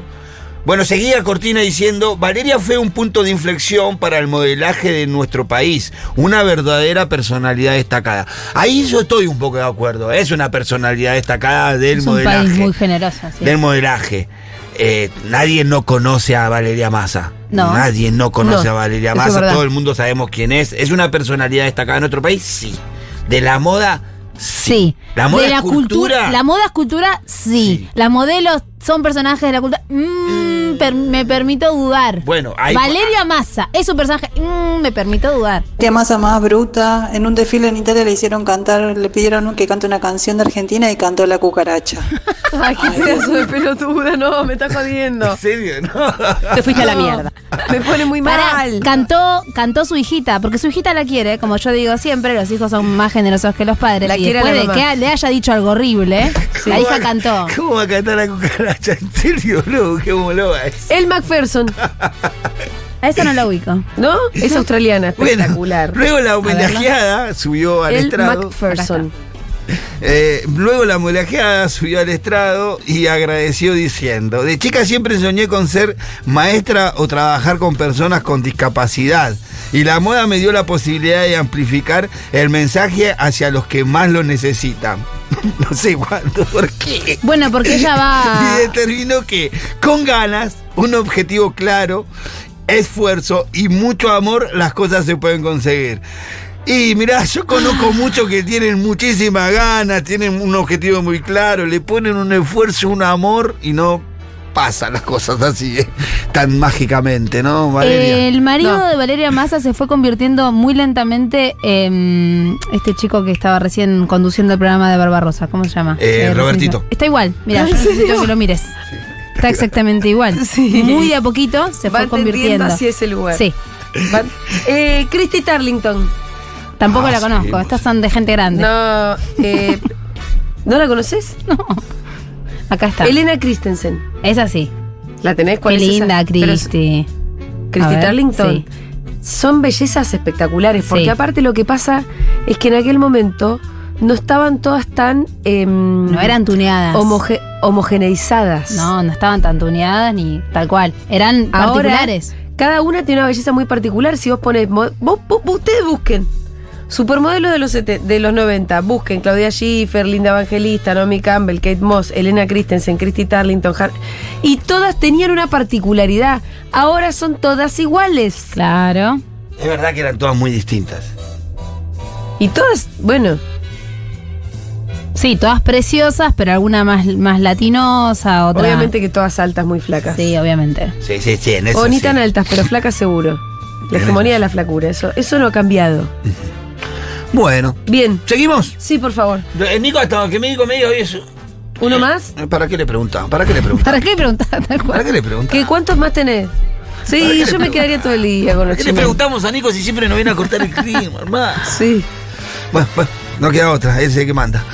Speaker 2: Bueno, seguía Cortina diciendo, Valeria fue un punto de inflexión para el modelaje de nuestro país, una verdadera personalidad destacada. Ahí yo estoy un poco de acuerdo, ¿eh? es una personalidad destacada del
Speaker 6: es un
Speaker 2: modelaje.
Speaker 6: país muy generoso. sí.
Speaker 2: Del modelaje. Eh, nadie no conoce a Valeria Massa.
Speaker 6: No.
Speaker 2: Nadie no conoce
Speaker 1: No,
Speaker 2: a Valeria
Speaker 1: eso es
Speaker 2: Massa,
Speaker 1: verdad.
Speaker 2: todo el mundo sabemos quién es. ¿Es una personalidad destacada en nuestro país? Sí. ¿De la moda?
Speaker 6: Sí.
Speaker 2: La moda
Speaker 6: de
Speaker 2: es
Speaker 6: la
Speaker 2: cultura.
Speaker 6: La moda es cultura, sí.
Speaker 2: Sí.
Speaker 6: Las modelos son personajes de la cultura. Mm, per- me permito dudar.
Speaker 2: Bueno, ahí-
Speaker 6: Valeria Massa es un personaje. Mm, me permito dudar.
Speaker 11: Qué masa más bruta. En un desfile en Italia le hicieron cantar, le pidieron que cante una canción de Argentina y cantó La cucaracha.
Speaker 1: Ay, qué pedazo de pelotuda, no, me está jodiendo.
Speaker 2: ¿En serio? No.
Speaker 9: Te fuiste a la mierda.
Speaker 1: Me pone muy
Speaker 6: Pará,
Speaker 1: mal.
Speaker 6: cantó, cantó su hijita, porque su hijita la quiere, como yo digo siempre, los hijos son más generosos que los padres.
Speaker 1: La
Speaker 6: y
Speaker 1: quiere
Speaker 6: después
Speaker 1: la
Speaker 6: de
Speaker 1: mamá.
Speaker 6: que a- le haya dicho algo horrible, la hija cantó.
Speaker 2: ¿Cómo va a cantar la cucaracha? ¿En serio, boludo? Qué boludo es.
Speaker 1: El McPherson,
Speaker 6: A esa no la ubico.
Speaker 1: ¿no? Es australiana, espectacular.
Speaker 2: Luego la
Speaker 6: verla.
Speaker 2: homenajeada subió al
Speaker 1: el
Speaker 2: estrado.
Speaker 1: McPherson.
Speaker 2: Eh, luego la homenajeada subió al estrado y agradeció diciendo, de chica siempre soñé con ser maestra o trabajar con personas con discapacidad. Y la moda me dio la posibilidad de amplificar el mensaje hacia los que más lo necesitan. no sé cuánto, por qué.
Speaker 6: Bueno, porque ella va.
Speaker 1: Ah.
Speaker 2: Y determinó que con ganas, un objetivo claro, esfuerzo y mucho amor, las cosas se pueden conseguir. Y mirá, yo conozco muchos que tienen muchísimas ganas, tienen un objetivo muy claro, le ponen un esfuerzo, un amor y no pasan las cosas así, eh, tan mágicamente, ¿no,
Speaker 1: Eh,
Speaker 2: Valeria?
Speaker 6: El marido
Speaker 1: No.
Speaker 6: de Valeria Massa se fue convirtiendo muy lentamente en este chico que estaba recién conduciendo el programa de Barbarosa. ¿Cómo se llama?
Speaker 2: Eh,
Speaker 6: recién-
Speaker 2: Robertito.
Speaker 6: Está igual, mira,
Speaker 1: ¿En
Speaker 6: yo necesito
Speaker 1: serio?
Speaker 6: que lo mires. Está exactamente igual.
Speaker 1: Sí.
Speaker 6: Muy de a poquito se
Speaker 1: Va
Speaker 6: fue
Speaker 1: entendiendo
Speaker 6: convirtiendo.
Speaker 1: así ese lugar.
Speaker 6: Sí,
Speaker 1: Va- eh, Christy Tarlington.
Speaker 6: tampoco
Speaker 2: Ah,
Speaker 6: la
Speaker 2: sí,
Speaker 6: conozco.
Speaker 2: pues.
Speaker 6: Estas son de gente grande.
Speaker 1: No, eh, ¿no la conoces?
Speaker 6: Acá está.
Speaker 1: Elena Christensen.
Speaker 6: Es así.
Speaker 1: ¿La tenés?
Speaker 6: Qué
Speaker 1: ¿Cuál es esa?
Speaker 6: linda,
Speaker 1: Pero es-
Speaker 6: Cristi. A
Speaker 1: Christy
Speaker 6: ver,
Speaker 1: Tarlington.
Speaker 6: sí.
Speaker 1: Son bellezas espectaculares, porque
Speaker 6: Sí.
Speaker 1: aparte lo que pasa es que en aquel momento no estaban todas tan em,
Speaker 6: No eran tuneadas.
Speaker 1: homoge- homogeneizadas.
Speaker 6: No, no estaban tan tuneadas ni tal cual. Eran
Speaker 1: Ahora-
Speaker 6: particulares.
Speaker 1: Cada una tiene una belleza muy particular. Si vos pones. mo- vos- vos- ustedes busquen. Supermodelos de los, sete- de los 90. Busquen Claudia Schiffer, Linda Evangelista, Naomi Campbell, Kate Moss, Elena Christensen, Christy Tarlington. Har- y todas tenían una particularidad. Ahora son todas iguales.
Speaker 6: Claro.
Speaker 2: Es verdad que eran todas muy distintas.
Speaker 1: Y todas, bueno,
Speaker 6: Sí, todas preciosas, pero alguna más, más latinosa, otra.
Speaker 1: obviamente que todas altas, muy flacas.
Speaker 6: Sí, obviamente.
Speaker 2: Sí, sí, sí, en eso
Speaker 1: o ni
Speaker 2: sí.
Speaker 1: tan altas, pero flacas seguro. La hegemonía de la flacura, eso, eso no ha cambiado.
Speaker 2: Bueno,
Speaker 1: Bien.
Speaker 2: seguimos.
Speaker 1: Sí, por favor.
Speaker 2: Eh, Nico, hasta que me dijo, me dijo eso.
Speaker 1: ¿Uno más?
Speaker 2: ¿Para qué le preguntaba? ¿Para qué le preguntaba?
Speaker 6: ¿Para qué preguntar tal
Speaker 2: ¿Para
Speaker 6: cual?
Speaker 2: qué le preguntaba?
Speaker 1: ¿Qué, ¿Cuántos más tenés?
Speaker 2: ¿Para qué
Speaker 1: Sí,
Speaker 2: le
Speaker 1: yo me
Speaker 2: pregun-
Speaker 1: quedaría todo el día con
Speaker 2: ¿Por
Speaker 1: los
Speaker 2: qué le
Speaker 1: chinos.
Speaker 2: preguntamos a Nico si siempre nos viene a cortar el clima, hermano?
Speaker 1: Sí.
Speaker 2: Bueno, bueno, no queda otra, él es el que manda.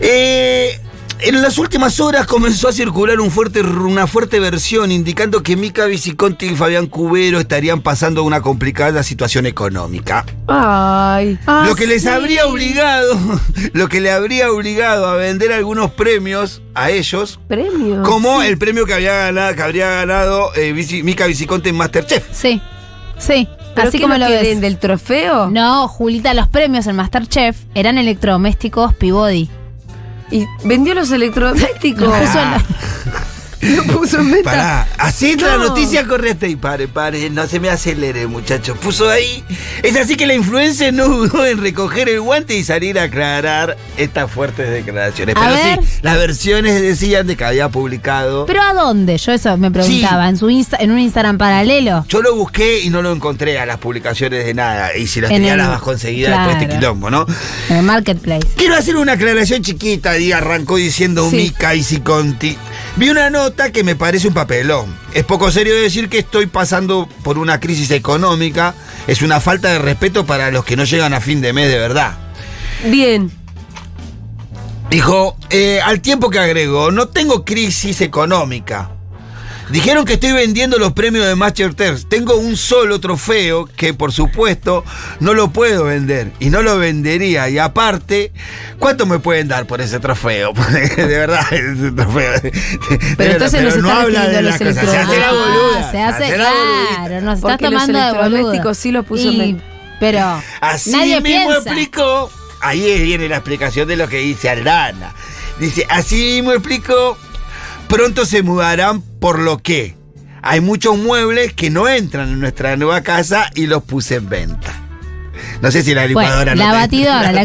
Speaker 2: Eh, En las últimas horas comenzó a circular un fuerte, una fuerte versión indicando que Mica Viciconti y Fabián Cubero estarían pasando una complicada situación económica.
Speaker 1: Ay. Ah,
Speaker 2: lo que les habría obligado, lo que le habría obligado a vender algunos premios a ellos,
Speaker 1: Premios.
Speaker 2: como
Speaker 1: Oh, Sí.
Speaker 2: el premio que había ganado, que habría ganado eh, Vici- Mica Viciconte en Masterchef.
Speaker 6: Sí, sí.
Speaker 1: ¿Pero
Speaker 6: Así
Speaker 1: qué
Speaker 6: como
Speaker 1: no
Speaker 6: lo
Speaker 1: que
Speaker 6: ves.
Speaker 1: den del trofeo?
Speaker 6: No, Julita, los premios en Masterchef eran electrodomésticos Peabody.
Speaker 1: Y vendió los electrodomésticos. Ah. puso en venta.
Speaker 2: Pará, así la
Speaker 1: No.
Speaker 2: noticia correcta y pare, pare, no se me acelere, muchacho. Puso ahí. Es así que la influencer no dudó en recoger el guante y salir a aclarar estas fuertes declaraciones.
Speaker 6: A
Speaker 2: Pero
Speaker 6: ver.
Speaker 2: sí, las versiones decían de que había publicado.
Speaker 6: ¿Pero a dónde? Yo eso me preguntaba. ¿En, su Insta- ¿En un Instagram paralelo?
Speaker 2: Yo lo busqué y no lo encontré a las publicaciones de nada. Y si las
Speaker 6: En
Speaker 2: tenía
Speaker 6: el-
Speaker 2: las bajo enseguida
Speaker 6: Claro.
Speaker 2: después de este quilombo, ¿no?
Speaker 6: En el Marketplace.
Speaker 2: Quiero hacer una aclaración chiquita, y arrancó diciendo
Speaker 6: Sí.
Speaker 2: Mica y Conti. Vi una nota que me parece un papelón. Es poco serio decir que estoy pasando por una crisis económica. Es una falta de respeto para los que no llegan a fin de mes de verdad.
Speaker 1: Bien.
Speaker 2: Dijo, eh, al tiempo que agregó, no tengo crisis económica. Dijeron que estoy vendiendo los premios de Masterchef. Tengo un solo trofeo que, por supuesto, no lo puedo vender. Y no lo vendería. Y aparte, ¿cuánto me pueden dar por ese trofeo? de verdad, ese trofeo. De verdad,
Speaker 1: entonces no se está
Speaker 2: habla
Speaker 1: refiriendo
Speaker 2: de
Speaker 1: a los
Speaker 2: las cosas. Se hace la
Speaker 6: Ah,
Speaker 2: boluda.
Speaker 6: se hace,
Speaker 2: hace la
Speaker 6: claro, nos estás
Speaker 1: Porque los
Speaker 6: tomando de boludo.
Speaker 1: electrodomésticos sí los puso
Speaker 6: Y-
Speaker 1: en-
Speaker 6: Pero
Speaker 2: Así
Speaker 6: nadie
Speaker 2: mismo
Speaker 6: piensa.
Speaker 2: explicó. Ahí es- viene la explicación de lo que dice Aldana. Dice, así mismo explicó. Pronto se mudarán por lo que hay muchos muebles que no entran en nuestra nueva casa y los puse en venta. No sé si la licuadora
Speaker 6: Bueno,
Speaker 2: no
Speaker 6: la
Speaker 2: te-
Speaker 6: batidora, la
Speaker 2: batidora.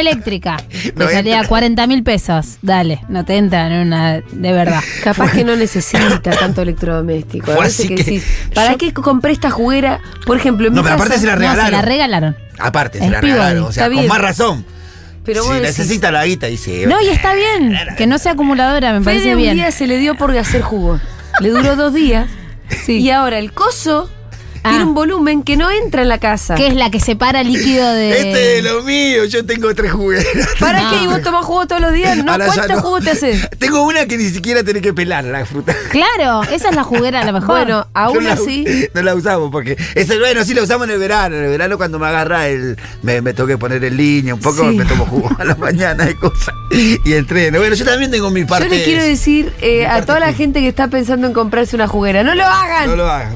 Speaker 6: eléctrica.
Speaker 2: No
Speaker 6: te salía
Speaker 2: entra.
Speaker 6: 40 mil pesos. Dale, no te entra en una de verdad.
Speaker 1: Capaz que no necesita tanto electrodoméstico. A
Speaker 2: Fue
Speaker 1: veces
Speaker 2: así
Speaker 1: que
Speaker 2: que
Speaker 1: decís, ¿para qué compré esta juguera? Por ejemplo, en
Speaker 2: No,
Speaker 1: mi
Speaker 2: pero aparte
Speaker 1: casa-
Speaker 2: se la
Speaker 6: No, se
Speaker 2: regalaron.
Speaker 6: la regalaron.
Speaker 2: Aparte, se
Speaker 6: Es
Speaker 2: la
Speaker 6: pívori,
Speaker 2: regalaron. O sea,
Speaker 1: está
Speaker 2: con
Speaker 1: bien.
Speaker 2: más razón.
Speaker 1: Pero
Speaker 2: si
Speaker 1: vos decís,
Speaker 2: necesita la guita, dice.
Speaker 6: No, y está bien. Que no sea acumuladora,
Speaker 1: Fede
Speaker 6: me parece
Speaker 1: un
Speaker 6: bien.
Speaker 1: día se le dio por hacer jugo. Le duró dos días. Y ahora el coso
Speaker 6: Ah.
Speaker 1: tiene un volumen que no entra en la casa.
Speaker 6: Que es la que separa líquido de.
Speaker 2: Este es lo mío, yo tengo tres jugueras.
Speaker 1: ¿Para
Speaker 6: No.
Speaker 1: qué? ¿Y vos tomás jugo todos los días? No,
Speaker 2: Ahora ya
Speaker 1: ¿cuánto
Speaker 2: no.
Speaker 1: jugo te haces?
Speaker 2: Tengo una que ni siquiera tenés que pelar la fruta.
Speaker 6: Claro, esa es la juguera a lo mejor.
Speaker 1: Bueno,
Speaker 2: No
Speaker 1: aún
Speaker 2: la-
Speaker 1: así.
Speaker 2: No la usamos porque. Es el- bueno, sí la usamos en el verano. En el verano cuando me agarra el. Me, me tengo que poner en línea un poco,
Speaker 1: Sí.
Speaker 2: me tomo jugo a la mañana y cosas. Y entreno. Bueno, yo también tengo mi parte.
Speaker 1: Yo le quiero decir eh, a toda la gente que está pensando en comprarse una juguera, no lo hagan.
Speaker 2: No lo hagas.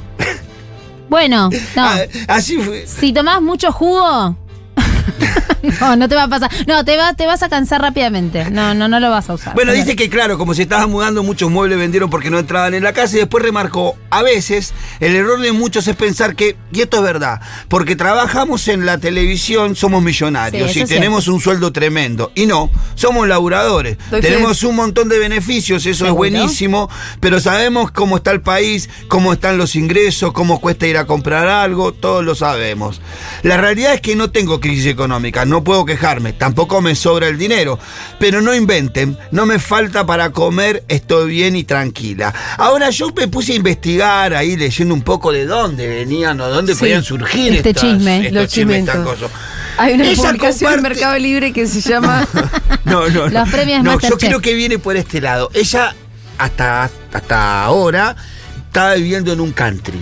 Speaker 6: Bueno, no.
Speaker 2: Ah, así fue.
Speaker 6: Si tomás mucho jugo. no, no te va a pasar. No, te, va, te vas a cansar rápidamente. No, no, no lo vas a usar.
Speaker 2: Bueno, dice que claro, como se estaban mudando, muchos muebles vendieron porque no entraban en la casa y después remarcó, a veces el error de muchos es pensar que, y esto es verdad, porque trabajamos en la televisión somos millonarios
Speaker 6: Sí,
Speaker 2: y
Speaker 6: eso es
Speaker 2: tenemos un sueldo tremendo. Y no, somos laburadores,
Speaker 1: Estoy
Speaker 2: tenemos un montón de beneficios, eso es
Speaker 6: ¿Seguro?
Speaker 2: buenísimo, pero sabemos cómo está el país, cómo están los ingresos, cómo cuesta ir a comprar algo, todos lo sabemos. La realidad es que no tengo crisis económica, no puedo quejarme, tampoco me sobra el dinero, pero no inventen, no me falta para comer, estoy bien y tranquila. Ahora yo me puse a investigar ahí leyendo un poco de dónde venían o dónde
Speaker 1: Sí.
Speaker 2: podían surgir
Speaker 6: Este
Speaker 2: estas-
Speaker 6: chisme,
Speaker 2: estos
Speaker 1: los
Speaker 2: chismes, estas
Speaker 1: chimentos.
Speaker 2: cosas.
Speaker 1: Hay una
Speaker 2: Ella
Speaker 1: publicación en
Speaker 2: comparte-
Speaker 1: Mercado Libre que se llama.
Speaker 2: No, no, no.
Speaker 6: Los premios
Speaker 2: No, yo
Speaker 6: Masterchef.
Speaker 2: creo que viene por este lado. Ella, hasta, hasta ahora, estaba viviendo en un country.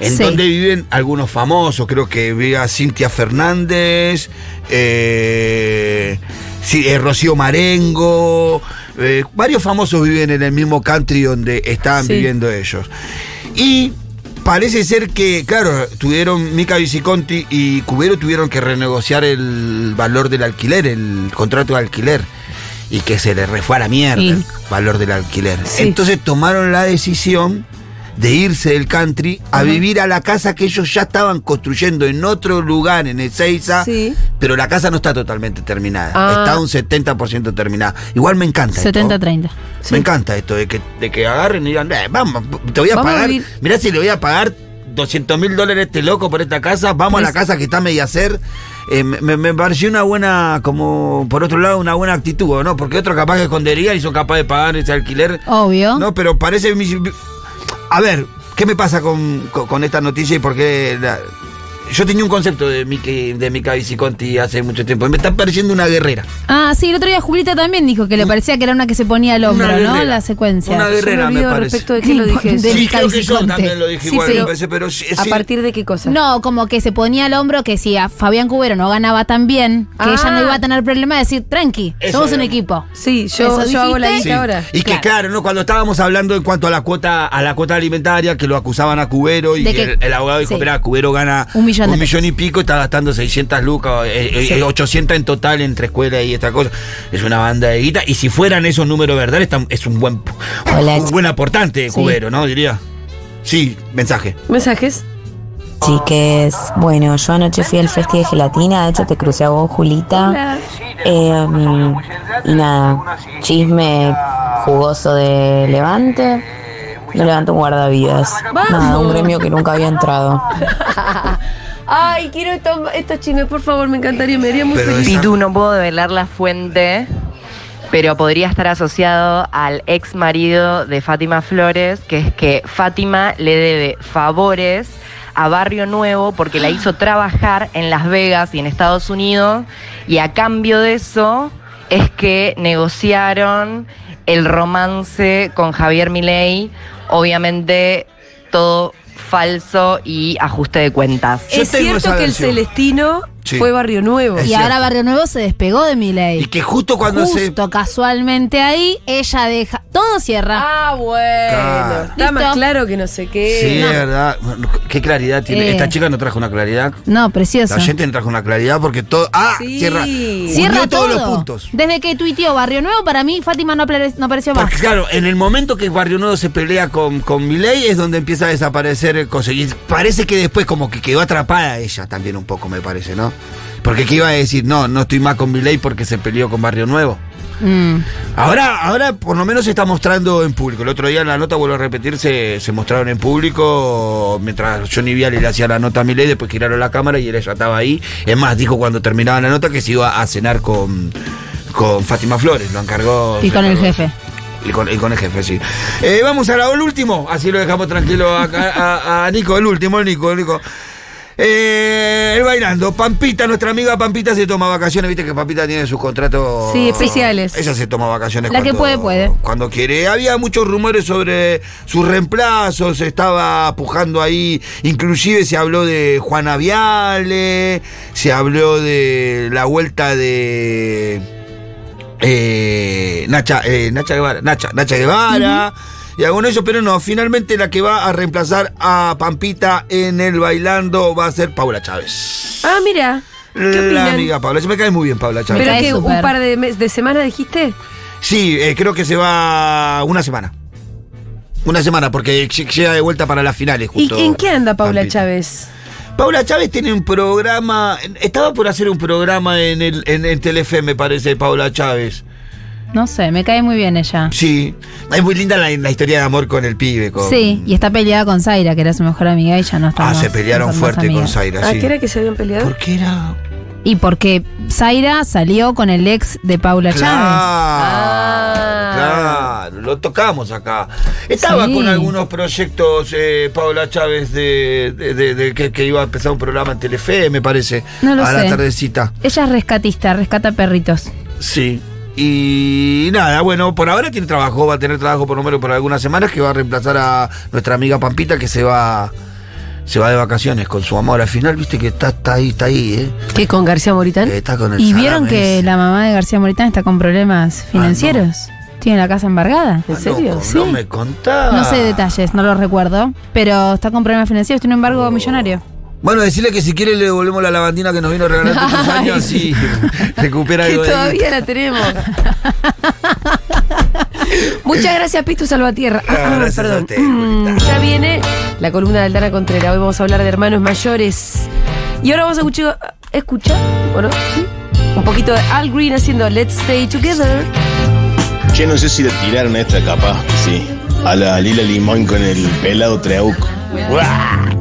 Speaker 2: En
Speaker 6: Sí.
Speaker 2: donde viven algunos famosos. Creo que vivía Cintia Fernández, eh, sí, eh, Rocío Marengo. eh, varios famosos viven en el mismo country donde estaban
Speaker 1: Sí.
Speaker 2: viviendo ellos. Y parece ser que, claro, tuvieron Mica Viciconti y Cubero tuvieron que renegociar el valor del alquiler, el contrato de alquiler. Y que se le refue a la mierda
Speaker 6: Sí.
Speaker 2: el valor del alquiler.
Speaker 1: Sí.
Speaker 2: Entonces tomaron la decisión de irse del country a vivir a la casa que ellos ya estaban construyendo en otro lugar, en Ezeiza.
Speaker 1: Sí.
Speaker 2: Pero la casa no está totalmente terminada.
Speaker 1: Ah.
Speaker 2: Está un 70% terminada. Igual me encanta. esto.
Speaker 6: 70-30.
Speaker 1: Sí.
Speaker 2: Me encanta esto de que, de que agarren y digan, "Eh, vamos, te voy a
Speaker 1: Vamos a
Speaker 2: pagar.
Speaker 1: vivir.
Speaker 2: mirá si le voy a pagar 200 mil dólares a este loco por esta casa, vamos a la casa que está media hacer. Eh, me, me pareció una buena, como por otro lado, una buena actitud, ¿no? Porque otro capaz que escondería y son capaz de pagar ese alquiler.
Speaker 6: Obvio.
Speaker 2: No, pero parece. mi- A ver, ¿qué me pasa con, con- con esta noticia y por qué la- Yo tenía un concepto de Mica de Mica Viciconti hace mucho tiempo. Me está pareciendo una guerrera.
Speaker 6: Ah, sí, el otro día Julita también dijo que le parecía que era una que se ponía al hombro,
Speaker 2: Una
Speaker 6: ¿no?
Speaker 2: guerrera.
Speaker 6: La secuencia.
Speaker 2: Una guerrera, me parece.
Speaker 1: respecto de qué lo dije.
Speaker 6: de
Speaker 2: sí, creo que yo
Speaker 6: Calciconte.
Speaker 2: también lo dije
Speaker 1: Sí,
Speaker 2: igual.
Speaker 1: pero-
Speaker 2: me parece, pero sí,
Speaker 1: ¿A
Speaker 2: sí.
Speaker 1: partir de qué cosa?
Speaker 6: No, como que se ponía al hombro que si a Fabián Cubero no ganaba tan bien, que
Speaker 1: Ah.
Speaker 6: ella no iba a tener problema de decir, tranqui,
Speaker 2: Eso
Speaker 6: somos un
Speaker 2: era.
Speaker 6: equipo.
Speaker 1: Sí,
Speaker 6: Eso
Speaker 1: yo, yo hago la
Speaker 6: dijiste.
Speaker 1: guita ahora.
Speaker 2: Y que claro, ¿no? Cuando estábamos hablando en cuanto a la cuota, a la cuota alimentaria, que lo acusaban a Cubero y
Speaker 6: De que-
Speaker 2: el, el abogado dijo,
Speaker 6: sí.
Speaker 2: mira, Cubero gana
Speaker 6: Un millón de
Speaker 2: y pico, está gastando 600 lucas, eh, eh,
Speaker 6: Sí.
Speaker 2: eh, 800 en total entre escuela y esta cosa. Es una banda de guita. Y si fueran esos números verdad, es un buen, un buen aportante de
Speaker 12: Sí.
Speaker 2: Cubero, ¿no? Diría. Sí, mensaje.
Speaker 1: ¿Mensajes?
Speaker 12: Chiques, bueno, yo anoche fui al festi de gelatina, de hecho te crucé a vos, Julita. Eh, y nada, chisme jugoso de Levante. No levanto un guardavidas. Nada, Ah, un gremio que nunca había entrado.
Speaker 1: Ay, quiero esto- estos chismes, por favor, me encantaría, me haría muy
Speaker 12: Pero
Speaker 1: feliz.
Speaker 12: esa-
Speaker 13: Pitu, no puedo develar la fuente, pero podría estar asociado al ex marido de Fátima Flores, que es que Fátima le debe favores a Barrio Nuevo porque la hizo trabajar en Las Vegas y en Estados Unidos, y a cambio de eso es que negociaron el romance con Javier Milei, obviamente todo falso y ajuste de cuentas.
Speaker 1: es cierto que el Celestino
Speaker 13: Sí.
Speaker 1: fue Barrio Nuevo.
Speaker 6: Y ahora Barrio Nuevo se despegó de Milei. Y
Speaker 2: que justo cuando se-
Speaker 6: Justo, casualmente ahí, ella deja. Todo cierra.
Speaker 1: Ah, bueno.
Speaker 2: Claro.
Speaker 1: Está más claro que no sé qué.
Speaker 2: Sí,
Speaker 1: No.
Speaker 2: es verdad. Bueno, Qué claridad tiene.
Speaker 1: Eh.
Speaker 2: Esta chica no trajo una claridad.
Speaker 6: No, precioso.
Speaker 2: La gente no trajo una claridad porque todo. ¡Ah! Cierra,
Speaker 6: Cierra
Speaker 2: unió
Speaker 6: todo.
Speaker 2: todos los puntos.
Speaker 6: Desde que tuiteó Barrio Nuevo, para mí Fátima no, apare- no apareció más.
Speaker 2: Porque claro, en el momento que Barrio Nuevo se pelea con, con Milei es donde empieza a desaparecer el coso. Y parece que después como que quedó atrapada ella también un poco, me parece, ¿no? Porque que iba a decir, no, no estoy más con Milei porque se peleó con Barrio Nuevo.
Speaker 6: Mm.
Speaker 2: Ahora, ahora por lo menos se está mostrando en público. El otro día en la nota, vuelvo a repetir, se, se mostraron en público mientras Johnny Viale le hacía la nota a Milei, después giraron la cámara y él ya estaba ahí. Es más, dijo cuando terminaba la nota que se iba a cenar con, con Fátima Flores, lo encargó.
Speaker 6: y
Speaker 2: se
Speaker 6: con el
Speaker 2: encargó-
Speaker 6: jefe.
Speaker 2: y con, y con el jefe, sí. Eh, vamos a la- al último, así lo dejamos tranquilo a, a- a- a Nico, el último, el Nico, el Nico. Eh, el bailando, Pampita, nuestra amiga Pampita se toma vacaciones, viste que Pampita tiene sus contratos
Speaker 6: Sí, especiales.
Speaker 2: Ella se toma vacaciones
Speaker 6: La que
Speaker 2: cuando-
Speaker 6: puede, puede.
Speaker 2: cuando quiere. Había muchos rumores sobre sus reemplazos, se estaba pujando ahí, inclusive se habló de Juana Viale, se habló de la vuelta de eh, Nacha, eh, Nacha Guevara, Nacha, Nacha Guevara. Y algunos de ellos, pero no, finalmente la que va a reemplazar a Pampita en el bailando va a ser Paula Chávez.
Speaker 1: Ah, mira. ¿Qué
Speaker 2: La
Speaker 1: opinan?
Speaker 2: amiga Paula, se me cae muy bien Paula Chávez.
Speaker 1: ¿Pero que un par de, mes- de semanas dijiste?
Speaker 2: Sí, eh, creo que se va una semana. Una semana, porque ll- llega de vuelta para las finales. Justo.
Speaker 1: ¿Y en qué anda Paula Chávez?
Speaker 2: Paula Chávez tiene un programa. Estaba por hacer un programa en el en, en Telefe, me parece, Paula Chávez.
Speaker 6: No sé, me cae muy bien ella.
Speaker 2: Sí. Es muy linda la, la historia de amor con el pibe. Con,
Speaker 6: Sí, y está peleada con Zaira, que era su mejor amiga, y ya no está
Speaker 2: Ah,
Speaker 6: más.
Speaker 2: se pelearon
Speaker 6: No son más
Speaker 2: fuerte con
Speaker 6: amigas.
Speaker 2: Zaira, sí.
Speaker 1: Ah, que se habían peleado? ¿Por
Speaker 2: qué era?
Speaker 6: Y porque Zaira salió con el ex de Paula
Speaker 2: Claro,
Speaker 6: Ah.
Speaker 2: claro, lo tocamos acá. Estaba
Speaker 6: Sí.
Speaker 2: con algunos proyectos, eh, Paula Chávez, de, de- de- de que, que iba a empezar un programa en Telefe, me parece,
Speaker 6: No lo
Speaker 2: a
Speaker 6: sé.
Speaker 2: la tardecita.
Speaker 6: Chávez. Ella es rescatista, rescata perritos.
Speaker 2: Sí. Y nada, bueno, por ahora tiene trabajo, va a tener trabajo por lo menos por algunas semanas, que va a reemplazar a nuestra amiga Pampita, que se va se va de vacaciones con su amor. Al final, viste que está, está ahí, está ahí, ¿eh?
Speaker 1: ¿Qué con García Moritán?
Speaker 2: Está con el
Speaker 6: ¿Y vieron
Speaker 2: salame
Speaker 6: que la mamá de García Moritán está con
Speaker 2: Ah,
Speaker 6: problemas financieros? Tiene la casa embargada.
Speaker 2: ¿En serio?
Speaker 6: Sí.
Speaker 2: Ah, No me contás.
Speaker 6: No sé detalles, no los recuerdo. Pero está con problemas financieros, tiene un
Speaker 2: Oh.
Speaker 6: embargo millonario.
Speaker 2: Bueno, decirle que si quiere le devolvemos la lavandina que nos vino regalando estos años y recupera
Speaker 1: Que
Speaker 2: algo de ahí.
Speaker 1: todavía la tenemos. Muchas gracias, Pitu Salvatierra.
Speaker 2: Ah, gracias a
Speaker 1: Perdón.
Speaker 2: usted,
Speaker 1: Mm, ya viene la columna de Aldana Contreras. Hoy vamos a hablar de hermanos mayores. Y ahora vamos a escuchar, escuchar ¿o no? Sí. un poquito de Al Green haciendo Let's Stay Together.
Speaker 5: Che, no sé si le tiraron esta capaz, que sí. A la Lila Limón con el pelado Treuco. ¡Buah!